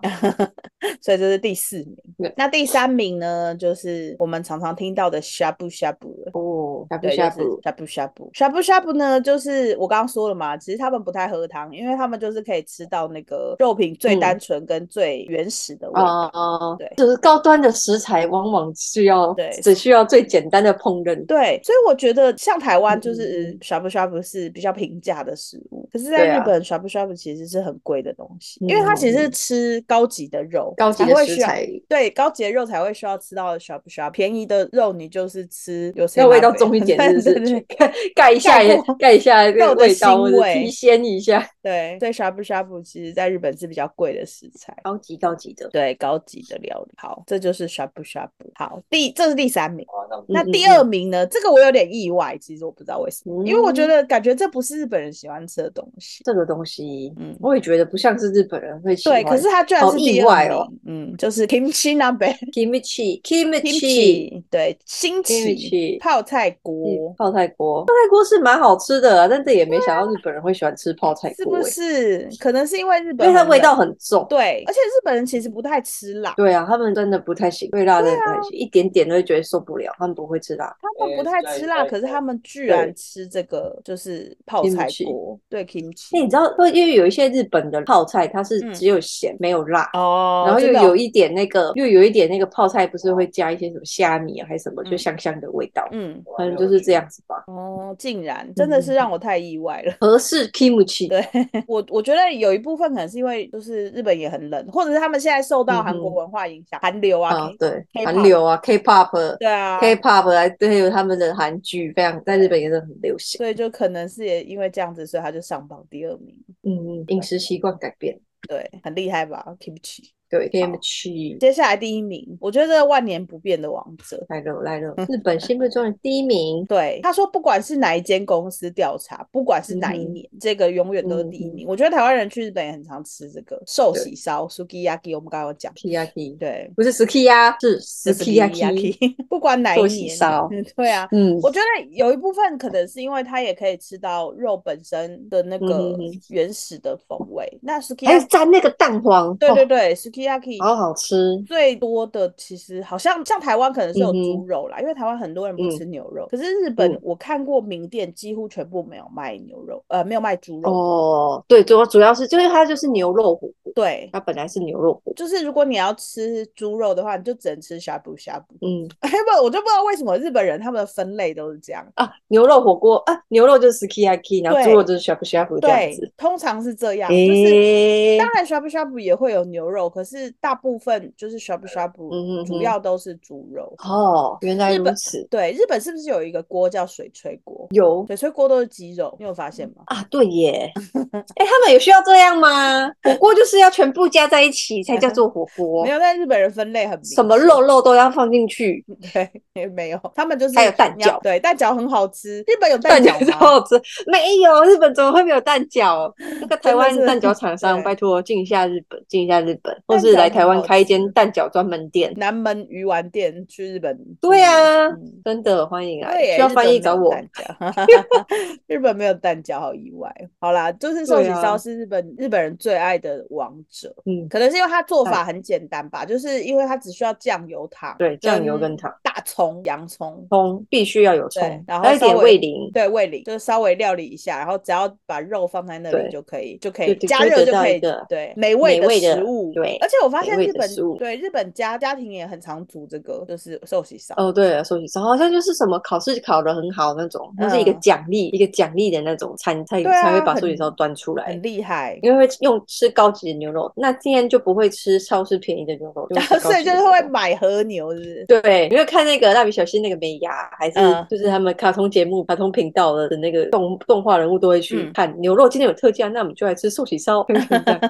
Speaker 2: 所以这是第四名
Speaker 3: 对。
Speaker 2: 那第三名呢，就是我们常常听到的呷哺呷哺了。
Speaker 3: 哦，呷哺
Speaker 2: 对，就
Speaker 3: 呷
Speaker 2: 是
Speaker 3: 哺，
Speaker 2: 呷哺呷哺，呷哺呷哺呢，就是我刚刚说了嘛，其实他们不太喝汤，因为他们就是可以吃到那个肉品最
Speaker 3: 嗯
Speaker 2: 单纯跟最原始的味道。
Speaker 3: 哦，
Speaker 2: 对
Speaker 3: 就是高端的食材往往需要
Speaker 2: 对
Speaker 3: 只需要最简单的烹饪。
Speaker 2: 对，所以我觉得像台湾就是
Speaker 3: 嗯
Speaker 2: 呷哺呷哺是比较平价的食物，可是在
Speaker 3: 对
Speaker 2: 日
Speaker 3: 啊
Speaker 2: 本呷哺呷哺其实是很贵的东西，因为它其实是
Speaker 3: 嗯
Speaker 2: 吃高级的肉，
Speaker 3: 高级
Speaker 2: 才
Speaker 3: 的
Speaker 2: 会
Speaker 3: 食
Speaker 2: 需要
Speaker 3: 材
Speaker 2: 对，高级的肉才会需要吃到小不小便宜的肉你就是吃有谁
Speaker 3: 要味道重一点，是
Speaker 2: 对
Speaker 3: 不
Speaker 2: 对
Speaker 3: 是？盖 盖一下
Speaker 2: 盖
Speaker 3: 也
Speaker 2: 过
Speaker 3: 盖一下这
Speaker 2: 肉
Speaker 3: 个
Speaker 2: 的
Speaker 3: 味道，
Speaker 2: 腥
Speaker 3: 或者
Speaker 2: 味
Speaker 3: 提鲜一下，
Speaker 2: 对，所以呷哺呷哺其实在日本是比较贵的食材，
Speaker 3: 高级高级的。
Speaker 2: 对，高级的料理。好，这就是呷哺呷哺。好，第这是第三名。那
Speaker 3: 嗯嗯
Speaker 2: 第
Speaker 3: 嗯
Speaker 2: 二名呢？这个我有点意外，其实我不知道为什么，因为我觉
Speaker 3: 嗯
Speaker 2: 得感觉这不是日本人喜欢吃的东西。
Speaker 3: 这个东西，
Speaker 2: 嗯
Speaker 3: 我也觉得不像是日本人会喜欢。
Speaker 2: 对，可是它居然
Speaker 3: 好
Speaker 2: 是
Speaker 3: 意
Speaker 2: 第
Speaker 3: 外
Speaker 2: 二名，
Speaker 3: 哦
Speaker 2: 嗯，就是 kimchi nabe
Speaker 3: kimchi kimchi
Speaker 2: kimchi，对，新奇
Speaker 3: kimchi 嗯
Speaker 2: 泡菜锅，
Speaker 3: 泡菜锅，哦泡菜锅是蛮好吃的啊，但这也没想到日本人会喜欢吃泡菜
Speaker 2: 是
Speaker 3: 锅
Speaker 2: 不
Speaker 3: 欸，
Speaker 2: 是？可能是因为日
Speaker 3: 因
Speaker 2: 本
Speaker 3: 为它
Speaker 2: 很
Speaker 3: 味
Speaker 2: 冷
Speaker 3: 道很重。
Speaker 2: 对，而且日本人其实不太吃辣，
Speaker 3: 对啊，他们真的不太行，对辣真的不
Speaker 2: 啊
Speaker 3: 太行，一点点都会觉得受不了，他们不会吃辣。
Speaker 2: 他们不
Speaker 4: 呃
Speaker 2: 太
Speaker 4: 在
Speaker 2: 吃辣，
Speaker 4: 在
Speaker 2: 可是他们居
Speaker 3: 对
Speaker 2: 然吃这个就是泡菜
Speaker 3: Kimchi
Speaker 2: 锅，对
Speaker 3: 那你
Speaker 2: kimchi。
Speaker 3: 知道，因为有一些日本的泡菜，它是
Speaker 2: 嗯
Speaker 3: 只有咸、没有辣，
Speaker 2: 哦
Speaker 3: 然后又
Speaker 2: 真的哦
Speaker 3: 有一点那个，又有一点那个泡菜，不是会加一些什么虾米啊，还是什么，就
Speaker 2: 嗯
Speaker 3: 香香的味道，
Speaker 2: 嗯
Speaker 3: 可能就是这样嗯子吧。
Speaker 2: 哦，竟然真的是让我太意外了。
Speaker 3: 合适 kimchi，
Speaker 2: 对我，我觉得有一部分可能是因为就是日本也很冷，或者是他们现在受到韩国
Speaker 3: 嗯哼
Speaker 2: 文化影响，韩流啊
Speaker 3: 啊，
Speaker 2: ，K-
Speaker 3: 对，
Speaker 2: K-pop
Speaker 3: 韩流啊，K-pop。
Speaker 2: 对啊，
Speaker 3: K-pop 啊，对，有他们的韩剧非常在日本也是很流行。
Speaker 2: 所以就可能是也因为这样子，所以他就上榜第二名。
Speaker 3: 嗯，饮食习惯改变，
Speaker 2: 对，很厉害吧，kimchi。
Speaker 3: 对，kimchi
Speaker 2: 接下来第一名，我觉得这个万年不变的王者，
Speaker 3: 来了来了，日本心目中的第一名。
Speaker 2: 对，他说不管是哪一间公司调查，不管是哪一
Speaker 3: 嗯哼
Speaker 2: 年，这个永远都是第一
Speaker 3: 嗯哼
Speaker 2: 名。我觉得台湾人去日本也很常吃这个寿
Speaker 3: 对
Speaker 2: 喜烧 （sukiyaki），我们刚刚有讲，
Speaker 3: Kiyaki
Speaker 2: 对。
Speaker 3: 不是 Skiya，是
Speaker 2: 这
Speaker 3: Skiya。
Speaker 2: sukiyaki 不管哪一
Speaker 3: 寿
Speaker 2: 年，
Speaker 3: 喜烧
Speaker 2: 对啊，
Speaker 3: 嗯，
Speaker 2: 我觉得有一部分可能是因为它也可以吃到肉本身的那个
Speaker 3: 嗯哼哼
Speaker 2: 原始的风味。那
Speaker 3: 还有
Speaker 2: sukiyaki，
Speaker 3: 沾那个蛋黄，
Speaker 2: 对对
Speaker 3: 哦
Speaker 2: 对，sukiyaki
Speaker 3: 好好吃。
Speaker 2: 最多的其实好像像台湾可能是有
Speaker 3: 嗯哼
Speaker 2: 猪肉啦，因为台湾很多人不
Speaker 3: 嗯
Speaker 2: 吃牛肉，可是日本
Speaker 3: 嗯
Speaker 2: 我看过名店几乎全部没有卖牛肉，呃，没有卖猪肉。
Speaker 3: 哦，对，主要主要是就是它就是牛肉火锅，
Speaker 2: 对，
Speaker 3: 它本来是牛肉火锅。
Speaker 2: 就是如果你要吃猪肉的话，你就只能吃呷哺呷哺。
Speaker 3: 嗯
Speaker 2: 哎 不，我就不知道为什么日本人他们的分类都是这样。
Speaker 3: 啊，牛肉火锅啊，牛肉就是 Skiya，然后
Speaker 2: 对
Speaker 3: 猪肉就是 Shabu Shabu 这样
Speaker 2: 对
Speaker 3: 子。，
Speaker 2: 通常是这样，就是。
Speaker 3: 诶，
Speaker 2: 当然，呷哺呷哺也会有牛肉，可是大部分就是呷哺呷
Speaker 3: 嗯
Speaker 2: 哺，
Speaker 3: 哼
Speaker 2: 主
Speaker 3: 哼
Speaker 2: 要都是猪肉。
Speaker 3: 哦，原来
Speaker 2: 日
Speaker 3: 如
Speaker 2: 本
Speaker 3: 此。
Speaker 2: 对，日本是不是有一个锅叫水炊锅？
Speaker 3: 有
Speaker 2: 水炊锅都是鸡肉，你有发现吗？
Speaker 3: 啊，对耶。哎，他们有需要这样吗？火锅就是要全部加在一起才叫做火 锅
Speaker 2: 没，有，但日本人分类很明
Speaker 3: 什么
Speaker 2: 显
Speaker 3: 肉？肉都要放进去。
Speaker 2: 对，也没有，他们就是
Speaker 3: 还有蛋
Speaker 2: 你要
Speaker 3: 饺
Speaker 2: 对，蛋饺很好吃。日本有蛋
Speaker 3: 蛋
Speaker 2: 饺
Speaker 3: 饺超
Speaker 2: 吗？
Speaker 3: 好吃，没有日本怎么会没有蛋饺？那个台 湾
Speaker 2: 真的是
Speaker 3: 蛋饺厂商，
Speaker 2: 对
Speaker 3: 拜托进一下日本，进一下日本，或
Speaker 2: 蛋饺
Speaker 3: 是来台湾
Speaker 2: 很好
Speaker 3: 开一
Speaker 2: 吃
Speaker 3: 间蛋饺专门店，
Speaker 2: 南门鱼丸店去日本，
Speaker 3: 对啊
Speaker 2: 嗯
Speaker 3: 真的欢迎来，
Speaker 2: 对耶，
Speaker 3: 需要
Speaker 2: 日
Speaker 3: 翻
Speaker 2: 本
Speaker 3: 译
Speaker 2: 没
Speaker 3: 找
Speaker 2: 有
Speaker 3: 我。
Speaker 2: 蛋 饺 日本没有蛋饺，好意外。哦好啦，就是寿
Speaker 3: 对
Speaker 2: 喜
Speaker 3: 啊
Speaker 2: 烧是日本日本人最爱的王者，
Speaker 3: 嗯，
Speaker 2: 可能是因为它做
Speaker 3: 哎
Speaker 2: 法很简单吧，就是因为它只需要酱油、糖、
Speaker 3: 对，酱油跟糖、
Speaker 2: 大葱、洋葱，
Speaker 3: 葱必须要有
Speaker 2: 对
Speaker 3: 葱，
Speaker 2: 然后
Speaker 3: 还有一点
Speaker 2: 稍微
Speaker 3: 味淋，
Speaker 2: 对，味淋就是稍微料理一下，然后只要把肉放在那里
Speaker 3: 对
Speaker 2: 就可以，就可以
Speaker 3: 就就
Speaker 2: 加
Speaker 3: 就
Speaker 2: 热
Speaker 3: 得
Speaker 2: 就
Speaker 3: 到
Speaker 2: 可
Speaker 3: 一
Speaker 2: 以
Speaker 3: 个，
Speaker 2: 对，美味
Speaker 3: 美味的
Speaker 2: 食物。
Speaker 3: 对
Speaker 2: 而且我发
Speaker 3: 美
Speaker 2: 现
Speaker 3: 味
Speaker 2: 日
Speaker 3: 的
Speaker 2: 本
Speaker 3: 食物
Speaker 2: 对日本家家庭也很常煮这个，就是寿喜烧。
Speaker 3: 哦，对了，寿喜烧好像就是什么考试考得很好那种，或是一个
Speaker 2: 嗯
Speaker 3: 奖励，一个奖励的那种餐，才
Speaker 2: 对啊
Speaker 3: 才会把寿喜
Speaker 2: 很
Speaker 3: 烧端出来
Speaker 2: 很。厉害，
Speaker 3: 因为会用吃高级的牛肉，那今天就不会吃超市便宜的牛肉，
Speaker 2: 然后所以就是会买和牛是不是？
Speaker 3: 对，因为看那个蜡笔小新那个美伢，还是
Speaker 2: 嗯
Speaker 3: 就是他们卡通节目、卡通频道的那个动动画人物都会去
Speaker 2: 嗯
Speaker 3: 看、牛肉，今天有特价，那我们就来吃寿 喜烧。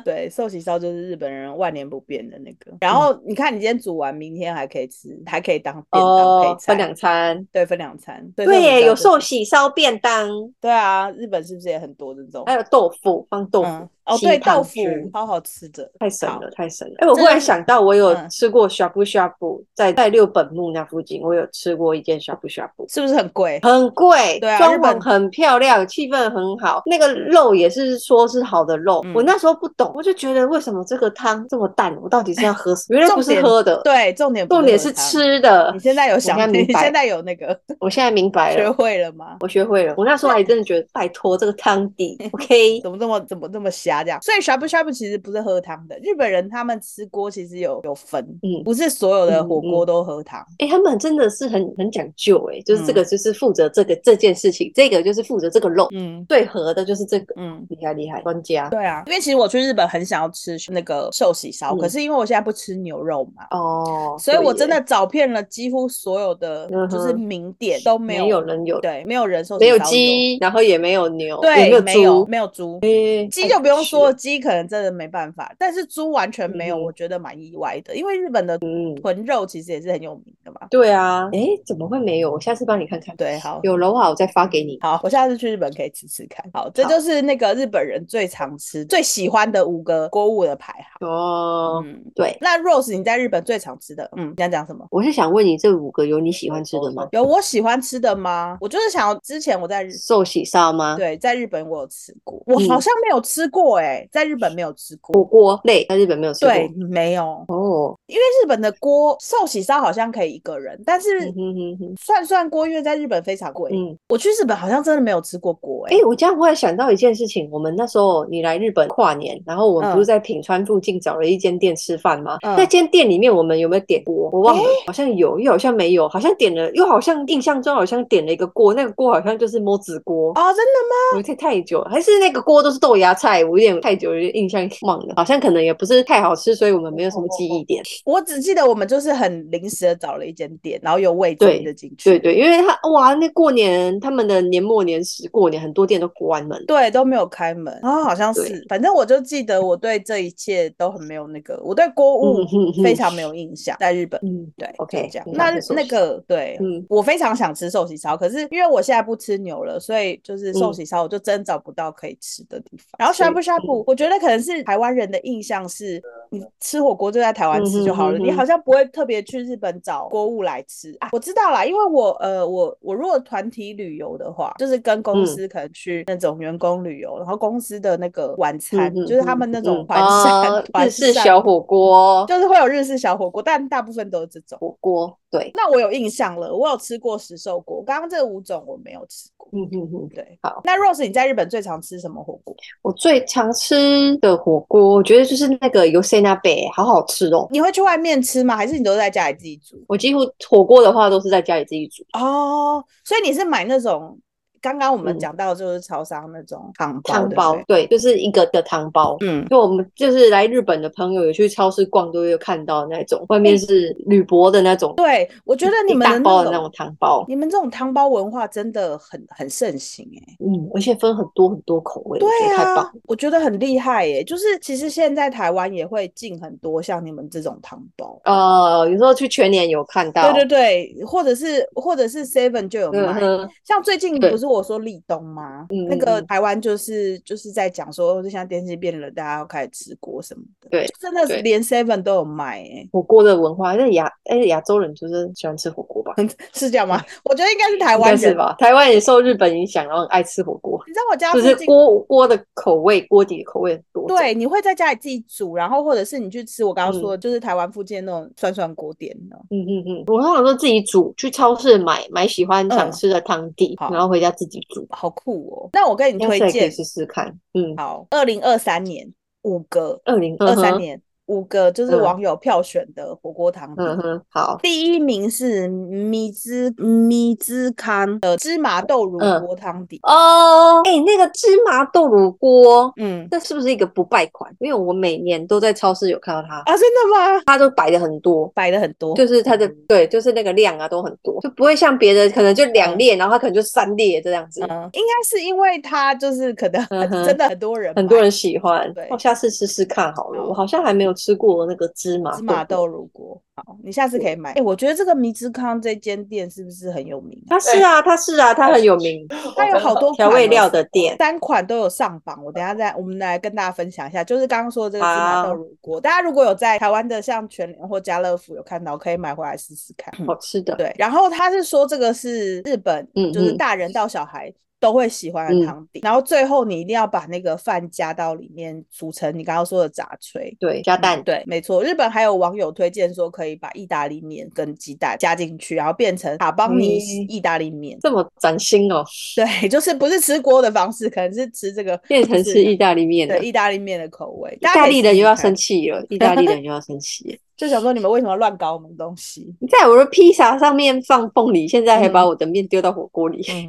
Speaker 2: 对，寿喜烧就是日本人万年不变的那个。
Speaker 3: 嗯
Speaker 2: 然后你看，你今天煮完，明天还可以吃，还可以当便当配
Speaker 3: 哦，
Speaker 2: 菜，
Speaker 3: 分两餐。
Speaker 2: 对，分两餐。对，
Speaker 3: 对耶，有寿
Speaker 2: 喜。
Speaker 3: 喜烧便当，
Speaker 2: 对啊，日本是不是也很多这种？
Speaker 3: 还有豆腐，放豆腐。
Speaker 2: 嗯，哦，
Speaker 3: 西
Speaker 2: 对，
Speaker 3: 胖
Speaker 2: 豆腐
Speaker 3: 汁
Speaker 2: 好好吃的，
Speaker 3: 太神
Speaker 2: 好
Speaker 3: 了，太神了！哎、我忽
Speaker 2: 真的
Speaker 3: 然想到，我有
Speaker 2: 嗯
Speaker 3: 吃过 shabu shabu，在在六本木那附近，我有吃过一间 shabu shabu，
Speaker 2: 是不是很贵？
Speaker 3: 很贵，
Speaker 2: 对啊
Speaker 3: 装
Speaker 2: 日本
Speaker 3: 潢很漂亮，气氛很好，那个肉也是说是好的肉。
Speaker 2: 嗯
Speaker 3: 我那时候不懂，我就觉得为什么这个汤这么淡，我到底是要喝什 么？原来不
Speaker 2: 重
Speaker 3: 是
Speaker 2: 点
Speaker 3: 喝的，，
Speaker 2: 对，重点不
Speaker 3: 重点是
Speaker 2: 喝汤。
Speaker 3: 吃的
Speaker 2: 你。现在有想
Speaker 3: 现在，明
Speaker 2: 你
Speaker 3: 白
Speaker 2: 现在有那个
Speaker 3: 我现在明白
Speaker 2: 学
Speaker 3: 了，
Speaker 2: 会了吗？
Speaker 3: 我学会了。我那时候还真的觉得，拜托这个汤 底，OK，
Speaker 2: 怎么这么怎么这么瞎这样？所以 shabu shabu 其实不是喝汤的，日本人他们吃锅其实有有分，
Speaker 3: 嗯
Speaker 2: 不是所有的
Speaker 3: 嗯
Speaker 2: 火锅
Speaker 3: 嗯
Speaker 2: 都喝汤。
Speaker 3: 哎、他们真的是很很讲究、欸，哎，就是这
Speaker 2: 嗯
Speaker 3: 个就是负责这个这件事情，这个就是负责这个肉。
Speaker 2: 嗯
Speaker 3: 最合的就是这个，
Speaker 2: 嗯，
Speaker 3: 厉害厉害，专家
Speaker 2: 对啊，因为其实我去日本很想要吃那个寿喜烧，
Speaker 3: 嗯
Speaker 2: 可是因为我现在不吃牛肉嘛，
Speaker 3: 哦，
Speaker 2: 所以我真的
Speaker 3: 对耶
Speaker 2: 找遍了几乎所有的
Speaker 3: 嗯哼
Speaker 2: 就是名店都
Speaker 3: 没
Speaker 2: 没
Speaker 3: 有人有，
Speaker 2: 对，没有人寿喜
Speaker 3: 没有
Speaker 2: 烧
Speaker 3: 鸡，然后也没有牛，也
Speaker 2: 对，
Speaker 3: 没
Speaker 2: 没
Speaker 3: 有猪，哎
Speaker 2: 没有猪，
Speaker 3: 诶
Speaker 2: 鸡
Speaker 3: 太
Speaker 2: 就不用
Speaker 3: 可惜
Speaker 2: 说了，
Speaker 3: 了，
Speaker 2: 鸡可能真的没办法，但是猪完全没有，
Speaker 3: 嗯
Speaker 2: 我觉得蛮意外的，因为日本的
Speaker 3: 嗯，
Speaker 2: 豚肉其实也是很有名的嘛。
Speaker 3: 对啊，哎，怎么会没有？我下次帮你看看，
Speaker 2: 对，好，
Speaker 3: 有的话我再发给你。
Speaker 2: 好，我下次去日本可以吃吃看。好，这
Speaker 3: 好
Speaker 2: 就是那个日本人最常吃、最喜欢的五个锅物的排行。
Speaker 3: 哦，
Speaker 2: 嗯，
Speaker 3: 对，
Speaker 2: 那 Rose 你在日本最常吃的，嗯，你想讲什么？
Speaker 3: 我是想问你，这五个有你喜欢吃的吗？
Speaker 2: 有我喜欢吃的吗？我就是想要之前我在日
Speaker 3: 寿喜烧吗？
Speaker 2: 对在日本我有吃过，我
Speaker 3: 嗯
Speaker 2: 好像没有吃过哎、在日本没有吃过。
Speaker 3: 火锅类在日本没有吃过，
Speaker 2: 对，没有，
Speaker 3: 哦，
Speaker 2: 因为日本的锅寿喜烧好像可以一个人，但是
Speaker 3: 嗯哼哼哼，
Speaker 2: 算算锅，因为在日本非常贵。
Speaker 3: 嗯，
Speaker 2: 我去日本好像真的没有吃过锅、欸，
Speaker 3: 哎、我这样忽然想到一件事情，我们那时候你来日本跨年，然后我们
Speaker 2: 嗯
Speaker 3: 不是在品川附近找了一间店吃饭吗？
Speaker 2: 嗯
Speaker 3: 那间店里面我们有没有点锅？我忘了，好像有，又好像没有，好像点了，又好像印象中好像点了一个锅，那个锅好像就是摸子锅，
Speaker 2: 哦，真的吗？
Speaker 3: 我太太久了，还是那个锅都是豆芽菜，我有点太久，有点印象忘了，好像可能也不是太好吃，所以我们没有什么记忆点。
Speaker 2: 我只记得我们就是很临时的找了一间店，然后有位置
Speaker 3: 对
Speaker 2: 的进去，
Speaker 3: 对对，因为他哇，那过年他们的年末年始过年很多店都关门，
Speaker 2: 对都没有开门，然哦后好像
Speaker 3: 对
Speaker 2: 是，反正我就记得我对这一切都很没有那个，我对锅物
Speaker 3: 嗯哼哼
Speaker 2: 哦非常没有印象，在日本。
Speaker 3: 嗯，
Speaker 2: 对
Speaker 3: OK，
Speaker 2: 就这样。
Speaker 3: 非常
Speaker 2: 那
Speaker 3: 不错
Speaker 2: 那个对，
Speaker 3: 嗯
Speaker 2: 我非常想吃寿喜烧，可是因为我现在不吃牛了，所以就是寿
Speaker 3: 嗯
Speaker 2: 喜烧我就真找不到可以吃的地方。然后
Speaker 3: 所以嗯
Speaker 2: shabu shabu，我觉得可能是台湾人的印象是，你吃火锅就在台湾吃就好了，
Speaker 3: 嗯哼
Speaker 2: 你
Speaker 3: 哼
Speaker 2: 好像不会特别去日本找锅物来吃啊。我知道啦，因为我呃我我如果团体旅游的话，就是跟公
Speaker 3: 嗯
Speaker 2: 司可能去那种员工旅游，然后公司的那个晚餐
Speaker 3: 嗯哼
Speaker 2: 就是他们那种
Speaker 3: 嗯
Speaker 2: 团 膳、
Speaker 3: 啊
Speaker 2: 团
Speaker 3: 日式
Speaker 2: 膳
Speaker 3: 小火锅，
Speaker 2: 就是会有日式小火锅，但大部分都是这种。
Speaker 3: 火锅，对，
Speaker 2: 那我有印象了，我有吃过石兽锅，刚刚这五种我没有吃过。
Speaker 3: 嗯哼哼。
Speaker 2: 对，
Speaker 3: 好。
Speaker 2: 那 Rose，你在日本最常吃什么火锅？
Speaker 3: 我最常吃的火锅，我觉得就是那个 y o s e n a b 好好吃哦。
Speaker 2: 你会去外面吃吗？还是你都在家里自己煮？
Speaker 3: 我几乎火锅的话都是在家里自己煮，
Speaker 2: 哦，所以你是买那种刚刚我们
Speaker 3: 嗯
Speaker 2: 讲到的就是超商那种汤包，
Speaker 3: 汤
Speaker 2: 对不
Speaker 3: 包
Speaker 2: 对，
Speaker 3: 对，就是一个的汤包。
Speaker 2: 嗯，
Speaker 3: 就我们就是来日本的朋友，有去超市逛都会有看到那种，外面是铝箔的那种，
Speaker 2: 对，我觉得你
Speaker 3: 一
Speaker 2: 们
Speaker 3: 大
Speaker 2: 的
Speaker 3: 包的
Speaker 2: 那
Speaker 3: 那种汤包，
Speaker 2: 你们这种汤包文化真的很很盛行哎、
Speaker 3: 嗯，而且分很多很多口味，我觉
Speaker 2: 对
Speaker 3: 得太棒
Speaker 2: 啊
Speaker 3: 了。，
Speaker 2: 我觉得很厉害耶、就是其实现在台湾也会进很多像你们这种汤包，
Speaker 3: 呃，有时候去全年有看到，
Speaker 2: 对对对，或者是或者是 Seven 就有卖。
Speaker 3: 嗯哼，
Speaker 2: 像最近
Speaker 3: 对
Speaker 2: 不是我说立冬吗？
Speaker 3: 嗯
Speaker 2: 那个
Speaker 3: 嗯嗯
Speaker 2: 台湾就是就是在讲说，就像电器变冷，大家要开始吃锅什么的。
Speaker 3: 对
Speaker 2: 就真的是
Speaker 3: 对
Speaker 2: 连 Seven 都有卖、欸，
Speaker 3: 火锅的文化，那亚哎亚洲人就是喜欢吃火锅吧。
Speaker 2: 是这样吗？我觉得应该是台
Speaker 3: 嗯应
Speaker 2: 湾
Speaker 3: 该是
Speaker 2: 人。
Speaker 3: 吧？台湾也受日本影响，然后很爱吃火锅，
Speaker 2: 你知道我家附
Speaker 3: 就是
Speaker 2: 近，
Speaker 3: 锅锅的口味、锅底的口味很多种。
Speaker 2: 对，你会在家里自己煮，然后或者是你去吃我刚刚
Speaker 3: 嗯
Speaker 2: 说的，就是台湾附近的那种涮涮锅店呢。
Speaker 3: 嗯嗯嗯，我通常都自己煮，去超市买买喜欢想吃的汤底，
Speaker 2: 好
Speaker 3: 然后回家自己煮。
Speaker 2: 好酷哦！那我跟你
Speaker 3: 下
Speaker 2: 推
Speaker 3: 次也可以
Speaker 2: 荐，
Speaker 3: 试试看。嗯，
Speaker 2: 好，二零二三年五个
Speaker 3: 二零
Speaker 2: 二三，年五个就是
Speaker 3: 嗯
Speaker 2: 网友票选的火锅汤底。
Speaker 3: 嗯哼，好，
Speaker 2: 第一名是米芝米芝康的芝麻豆乳
Speaker 3: 嗯
Speaker 2: 锅汤底，
Speaker 3: 哦，哎，那个芝麻豆乳锅，
Speaker 2: 嗯
Speaker 3: 这是不是一个不败款？因为我每年都在超市有看到它，
Speaker 2: 啊，真的吗？
Speaker 3: 它都摆的很多。
Speaker 2: 摆的很多，
Speaker 3: 就是它的
Speaker 2: 嗯
Speaker 3: 对，就是那个量啊都很多，就不会像别的可能就两列，然后它可能就三列这样子，
Speaker 2: 嗯，应该是因为它就是可能很
Speaker 3: 嗯 哼
Speaker 2: 真的很多人
Speaker 3: 很多
Speaker 2: 买
Speaker 3: 人喜欢
Speaker 2: 对。
Speaker 3: 我下次试试看好了，
Speaker 2: 好
Speaker 3: 我好像还没有吃过那个芝麻
Speaker 2: 芝麻
Speaker 3: 豆腐。
Speaker 2: 豆乳锅，好，你下次可以买。哎、我觉得这个迷之康这间店是不是很有名啊？
Speaker 3: 它是啊，它是啊，它很有名，
Speaker 2: 它有好多
Speaker 3: 调
Speaker 2: 款
Speaker 3: 味
Speaker 2: 哦
Speaker 3: 料的店
Speaker 2: 三款都有上榜，我等一下再我们来跟大家分享一下，就是刚刚说的这个芝麻豆
Speaker 3: 好
Speaker 2: 乳锅，大家如果有在台湾的像全联或家乐福有看到，可以买回来试试看。
Speaker 3: 好吃的。
Speaker 2: 嗯对，然后他是说这个是日本，
Speaker 3: 嗯
Speaker 2: 就是
Speaker 3: 嗯
Speaker 2: 大人到小孩都会喜欢的
Speaker 3: 嗯
Speaker 2: 汤底，然后最后你一定要把那个饭加到里面，组成你刚刚说的炸炊。
Speaker 3: 对，加蛋
Speaker 2: 嗯，对，没错。日本还有网友推荐说，可以把意大利面跟鸡蛋加进去，然后变成塔邦尼
Speaker 3: 嗯
Speaker 2: 意大利面。
Speaker 3: 这么崭新哦，
Speaker 2: 对，就是不是吃锅的方式，可能是吃这个
Speaker 3: 变成
Speaker 2: 就是
Speaker 3: 意大利面
Speaker 2: 对
Speaker 3: 的。
Speaker 2: 意大利面的口味。
Speaker 3: 意大利人又要生
Speaker 2: 气，
Speaker 3: 气了，意大利人又要生气了。
Speaker 2: 就想说你们为什么要乱搞我们东西？
Speaker 3: 你在我的披萨上面放凤梨，现在还把
Speaker 2: 嗯
Speaker 3: 我的面丢到火锅里。
Speaker 2: 嗯，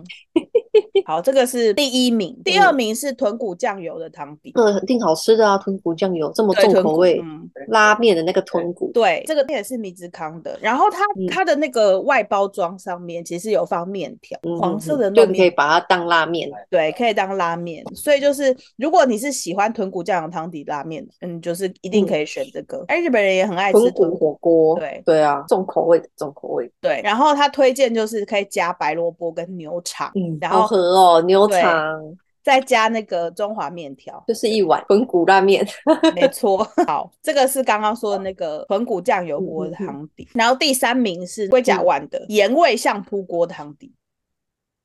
Speaker 2: 好，这个是第一名，嗯第二名是豚骨酱油的汤底，
Speaker 3: 这个肯定好吃的啊！豚骨酱油这么
Speaker 2: 对
Speaker 3: 重
Speaker 2: 豚
Speaker 3: 口
Speaker 2: 骨
Speaker 3: 味，
Speaker 2: 嗯，
Speaker 3: 拉面的那个豚骨，
Speaker 2: 对，这个也是米芝康的。然后它
Speaker 3: 嗯
Speaker 2: 它的那个外包装上面其实有放面条，
Speaker 3: 嗯
Speaker 2: 黄色的
Speaker 3: 就
Speaker 2: 那
Speaker 3: 你可以
Speaker 2: 面。
Speaker 3: 把它当拉面。
Speaker 2: 对，可以当拉面，所以就是如果你是喜欢豚骨酱油汤底拉面，嗯，就是一定可以选这个。哎、日本人也很爱吃
Speaker 3: 豚
Speaker 2: 豚
Speaker 3: 骨火锅，
Speaker 2: 对
Speaker 3: 对啊，重口味的重口味，
Speaker 2: 对，然后他推荐就是可以加白萝卜跟牛肠，
Speaker 3: 嗯，
Speaker 2: 然
Speaker 3: 好
Speaker 2: 后
Speaker 3: 喝哦，牛
Speaker 2: 对
Speaker 3: 肠
Speaker 2: 再加那个中华面条，
Speaker 3: 就是一碗豚骨拉面，
Speaker 2: 没错。 好，这个是刚刚说的那个豚骨酱油锅的
Speaker 3: 嗯嗯嗯嗯
Speaker 2: 汤底，然后第三名是龟甲万的盐味相扑锅汤底，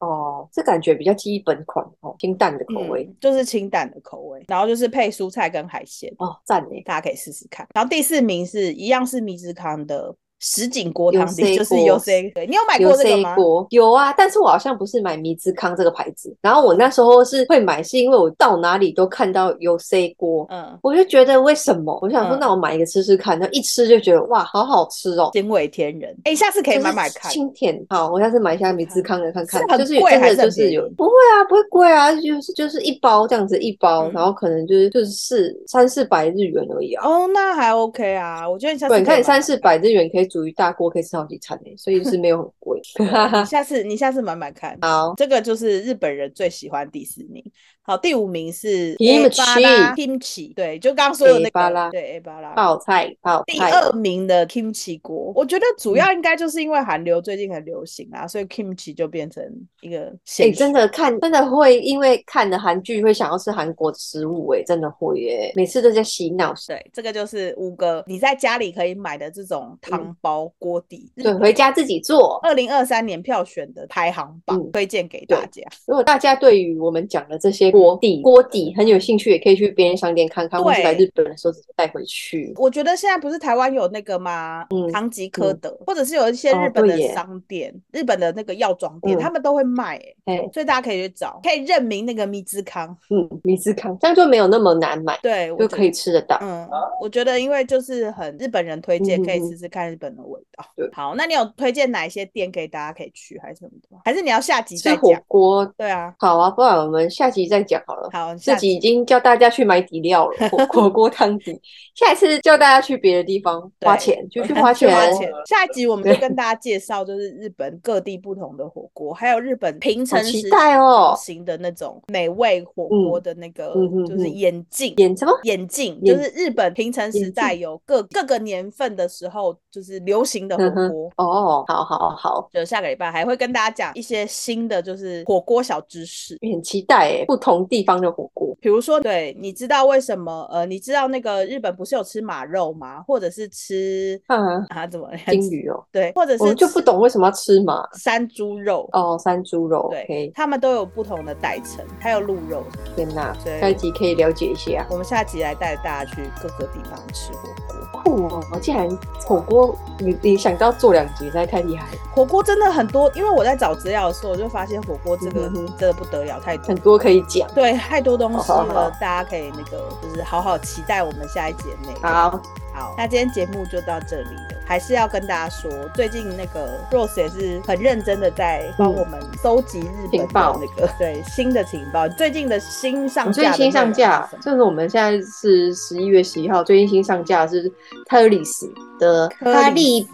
Speaker 3: 哦，这感觉比较基本款哦，清淡的口味，
Speaker 2: 嗯，就是清淡的口味，然后就是配蔬菜跟海鲜，
Speaker 3: 哦，赞诶，
Speaker 2: 大家可以试试看。然后第四名是一样是米芝康的什锦锅汤底，
Speaker 3: Yosei
Speaker 2: 就是
Speaker 3: 锅
Speaker 2: U C，对你有买
Speaker 3: 有
Speaker 2: 过这个
Speaker 3: 谁
Speaker 2: 吗？
Speaker 3: 锅有啊，但是我好像不是买迷之康这个牌子，然后我那时候是会买，是因为我到哪里都看到有 C 锅。
Speaker 2: 嗯，
Speaker 3: 我就觉得为什么？我想说，
Speaker 2: 嗯
Speaker 3: 那我买一个吃吃看。然后一吃就觉得哇，好好吃哦，
Speaker 2: 鲜味天人，哎，下次可以
Speaker 3: 就是
Speaker 2: 买买看。嗯
Speaker 3: 清甜。好，我下次买一下米芝康的看看
Speaker 2: 是，很
Speaker 3: 就是有
Speaker 2: 贵
Speaker 3: 真
Speaker 2: 还
Speaker 3: 的
Speaker 2: 是很
Speaker 3: 就是
Speaker 2: 便宜
Speaker 3: 有不会啊，不会贵啊，就是就是一包这样子一包，
Speaker 2: 嗯
Speaker 3: 然后可能就是就是四三四百日元而已啊。
Speaker 2: 哦，那还 OK 啊，我觉得你下次
Speaker 3: 对，你
Speaker 2: 可以
Speaker 3: 看你
Speaker 2: 慢慢
Speaker 3: 三四百日元可以煮一大锅，可以吃好几餐呢，所以就是没有很贵。
Speaker 2: 你下次你下次买买看。
Speaker 3: 好，
Speaker 2: 这个就是日本人最喜欢第四名。好，第五名是
Speaker 3: Kimchi
Speaker 2: kimchi，对，就刚刚说的那
Speaker 3: Ebara
Speaker 2: 个，对 a b a r a
Speaker 3: 泡菜泡
Speaker 2: 第
Speaker 3: 菜，嗯
Speaker 2: 二名的 kimchi 锅，我觉得主要应该就是因为韩流最近很流行啊，所以 kimchi 就变成一个
Speaker 3: 哎、
Speaker 2: 现
Speaker 3: 真
Speaker 2: 的
Speaker 3: 的看，真的会因为看了韩剧会想要吃韩国的食物、欸，真的会耶、每次都在洗脑，
Speaker 2: 对，这个就是五个你在家里可以买的这种汤包锅底。
Speaker 3: 对，回家自己做。
Speaker 2: 二零二三年票选的排行榜，
Speaker 3: 嗯
Speaker 2: 推荐给大家。
Speaker 3: 如果大家对于我们讲的这些锅底、锅底很有兴趣，也可以去便利商店看看，或是来
Speaker 2: 对
Speaker 3: 日本的时候直接带回去。
Speaker 2: 我觉得现在不是台湾有那个吗？
Speaker 3: 嗯
Speaker 2: 唐吉诃德，或者是有一些
Speaker 3: 哦
Speaker 2: 日本的
Speaker 3: 对耶
Speaker 2: 商店、日本的那个药妆店，
Speaker 3: 嗯
Speaker 2: 他们都会卖、欸，
Speaker 3: 哎、
Speaker 2: 所以大家可以去找，可以认明那个蜜汁康。
Speaker 3: 嗯，米芝康这样就没有那么难买，
Speaker 2: 对，我
Speaker 3: 就
Speaker 2: 觉
Speaker 3: 可以
Speaker 2: 得。
Speaker 3: 吃得到。
Speaker 2: 嗯，我觉得因为就是很日本人推荐，
Speaker 3: 嗯
Speaker 2: 可以
Speaker 3: 嗯
Speaker 2: 试试看日本的味道。
Speaker 3: 对
Speaker 2: 好，那你有推荐哪一些店给大家可以去，还是什么的吗？还是你要下集
Speaker 3: 吃
Speaker 2: 再
Speaker 3: 火
Speaker 2: 讲？
Speaker 3: 锅
Speaker 2: 对啊，
Speaker 3: 好啊，不然我们下集再讲好了。
Speaker 2: 好，
Speaker 3: 自
Speaker 2: 下
Speaker 3: 己
Speaker 2: 集
Speaker 3: 已经叫大家去买底料 了，火火锅汤底。下一次叫大家去别的地方
Speaker 2: 对
Speaker 3: 花钱，就去
Speaker 2: 去
Speaker 3: 花钱。
Speaker 2: 花钱。下一集我们就
Speaker 3: 对
Speaker 2: 跟大家介绍，就是日本各地不同的火锅，还有日本平成
Speaker 3: 好
Speaker 2: 时
Speaker 3: 期
Speaker 2: 期
Speaker 3: 待哦
Speaker 2: 流行的那种美味火锅
Speaker 3: 嗯
Speaker 2: 的那个
Speaker 3: 嗯，嗯
Speaker 2: 就是
Speaker 3: 嗯
Speaker 2: 眼镜。
Speaker 3: 演什么？
Speaker 2: 眼镜就
Speaker 3: 眼
Speaker 2: 是日本平成时
Speaker 3: 眼
Speaker 2: 代
Speaker 3: 镜
Speaker 2: 有各各个年份的时候，就是流行的火
Speaker 3: 嗯哼
Speaker 2: 锅。
Speaker 3: 哦，好好好，
Speaker 2: 就下个礼拜还会跟大家讲一些新的，就是火锅小知识。
Speaker 3: 很期待诶，不同地方的火锅。
Speaker 2: 比如说，对，你知道为什么？呃，你知道那个日本不是有吃马肉吗？或者是吃
Speaker 3: 啊，
Speaker 2: 啊怎么
Speaker 3: 金鱼哦，
Speaker 2: 对，或者
Speaker 3: 我
Speaker 2: 是
Speaker 3: 就不
Speaker 2: 吃
Speaker 3: 懂为什么要吃嘛。
Speaker 2: 山猪肉
Speaker 3: 哦，山猪肉
Speaker 2: 对
Speaker 3: ，OK，，
Speaker 2: 他们都有不同的代称，还有鹿肉。
Speaker 3: 天哪
Speaker 2: 对，
Speaker 3: 下一集可以了解一下。
Speaker 2: 我们下集来带大家去各个地方吃火锅，
Speaker 3: 酷哦！我竟然火锅，你你想到做两集，实在太厉害了，
Speaker 2: 火锅真的很多。因为我在找资料的时候，我就发现火锅这个
Speaker 3: 嗯哼哼
Speaker 2: 真的不得了，太多
Speaker 3: 很。多可以讲。
Speaker 2: 对，太多东西
Speaker 3: 好好
Speaker 2: 了
Speaker 3: 好，
Speaker 2: 大家可以那个就是好好期待我们下一集的内容。
Speaker 3: 好，
Speaker 2: 好，那今天节目就到这里了。还是要跟大家说，最近那个 Rose 也是很认真的在帮我们搜集日本
Speaker 3: 情报
Speaker 2: 的那个、对新的情报，最近的新上
Speaker 3: 我
Speaker 2: 架
Speaker 3: 最
Speaker 2: 的
Speaker 3: 新上架
Speaker 2: 内容是什么
Speaker 3: 就是我们现在是十一月十一号，最近新上架是特里斯的
Speaker 2: 特
Speaker 3: 哈
Speaker 2: 里
Speaker 3: 利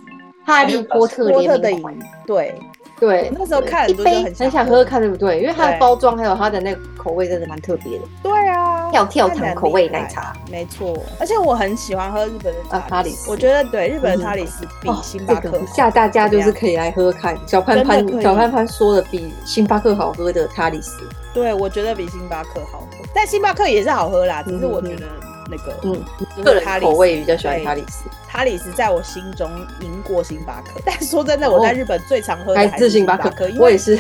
Speaker 3: 哈利波特
Speaker 2: 波特
Speaker 3: 联
Speaker 2: 的
Speaker 3: 名
Speaker 2: 影
Speaker 3: 款。
Speaker 2: 对，
Speaker 3: 对，
Speaker 2: 我那时候看
Speaker 3: 一
Speaker 2: 很多就
Speaker 3: 杯
Speaker 2: 很想
Speaker 3: 很想
Speaker 2: 喝
Speaker 3: 喝喝看，对不对？因为它的
Speaker 2: 对
Speaker 3: 包装还有它的那个口味真的蛮特别的，
Speaker 2: 对啊，
Speaker 3: 跳跳
Speaker 2: 看起来
Speaker 3: 糖
Speaker 2: 很
Speaker 3: 口味
Speaker 2: 厉害
Speaker 3: 奶茶，
Speaker 2: 没错。而且我很喜欢喝日本的
Speaker 3: 啊
Speaker 2: 茶
Speaker 3: 哈
Speaker 2: 里
Speaker 3: 里
Speaker 2: 斯，
Speaker 3: 斯
Speaker 2: 我觉得对日本的茶里斯比
Speaker 3: 哦
Speaker 2: 星巴
Speaker 3: 这
Speaker 2: 克
Speaker 3: 个
Speaker 2: 好
Speaker 3: 下大家就
Speaker 2: 怎
Speaker 3: 是
Speaker 2: 么样
Speaker 3: 可以来喝喝看。小潘
Speaker 2: 真的可
Speaker 3: 潘
Speaker 2: 以
Speaker 3: 小潘潘说的比星巴克好喝的哈里斯，
Speaker 2: 对我觉得比星巴克好喝，但星巴克也是好喝啦，只是我觉得那个
Speaker 3: 嗯，
Speaker 2: 就
Speaker 3: 个
Speaker 2: 是哈
Speaker 3: 人
Speaker 2: 里
Speaker 3: 口
Speaker 2: 斯
Speaker 3: 味比较喜欢
Speaker 2: 对
Speaker 3: 哈里斯，
Speaker 2: 哈里斯在我心中赢过星巴克， 但说真的，我在
Speaker 3: 哦
Speaker 2: 日本最常喝的
Speaker 3: 还
Speaker 2: 还是
Speaker 3: 是
Speaker 2: 星
Speaker 3: 星
Speaker 2: 巴
Speaker 3: 巴
Speaker 2: 克，
Speaker 3: 克
Speaker 2: 因，
Speaker 3: 我也
Speaker 2: 为
Speaker 3: 是，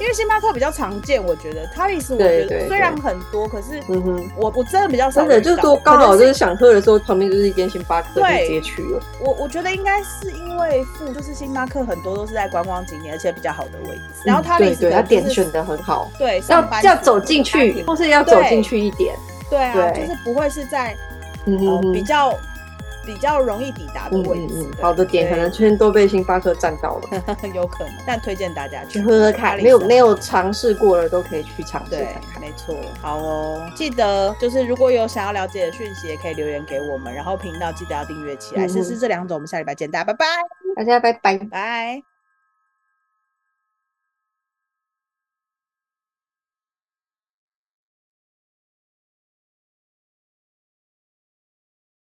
Speaker 2: 因为星巴克比较常见，我觉得哈里斯我
Speaker 3: 对
Speaker 2: 觉
Speaker 3: 对
Speaker 2: 得
Speaker 3: 对
Speaker 2: 虽然很多，可是
Speaker 3: 嗯哼。
Speaker 2: 我我真的比较少
Speaker 3: 真
Speaker 2: 遇到，
Speaker 3: 的就是多刚
Speaker 2: 可能
Speaker 3: 好
Speaker 2: 是
Speaker 3: 就是想喝的时候，旁边就是一间星巴克，就
Speaker 2: 对
Speaker 3: 直接去了。
Speaker 2: 我我觉得应该是因为附就是星巴克很多都是在观光景点，而且比较好的位置。然后它
Speaker 3: 对
Speaker 2: 里
Speaker 3: 嗯对，它点选的很好，
Speaker 2: 对，上
Speaker 3: 要
Speaker 2: 班
Speaker 3: 要
Speaker 2: 族
Speaker 3: 走进
Speaker 2: 家
Speaker 3: 去，
Speaker 2: 庭
Speaker 3: 或是要
Speaker 2: 对
Speaker 3: 走进去一点。
Speaker 2: 对啊，就
Speaker 3: 对
Speaker 2: 是不会是在
Speaker 3: 嗯
Speaker 2: 呃
Speaker 3: 哼哼
Speaker 2: 比较哦比较容易抵达的
Speaker 3: 嗯
Speaker 2: 位
Speaker 3: 嗯
Speaker 2: 置
Speaker 3: 嗯，，好的点可能全都被星巴克占到了，
Speaker 2: 能有可能，但推荐大家去
Speaker 3: 去喝喝
Speaker 2: 哈
Speaker 3: 看，
Speaker 2: 里
Speaker 3: 没有
Speaker 2: 斯
Speaker 3: 没有尝试过的都可以去尝试
Speaker 2: 对
Speaker 3: 看，看。
Speaker 2: 没错，好哦，记得就是如果有想要了解的讯息，也可以留言给我们，然后频道记得要订阅起来，
Speaker 3: 嗯
Speaker 2: 试试这两种，我们下礼拜见，大家拜拜，
Speaker 3: 大家拜拜。
Speaker 2: 拜。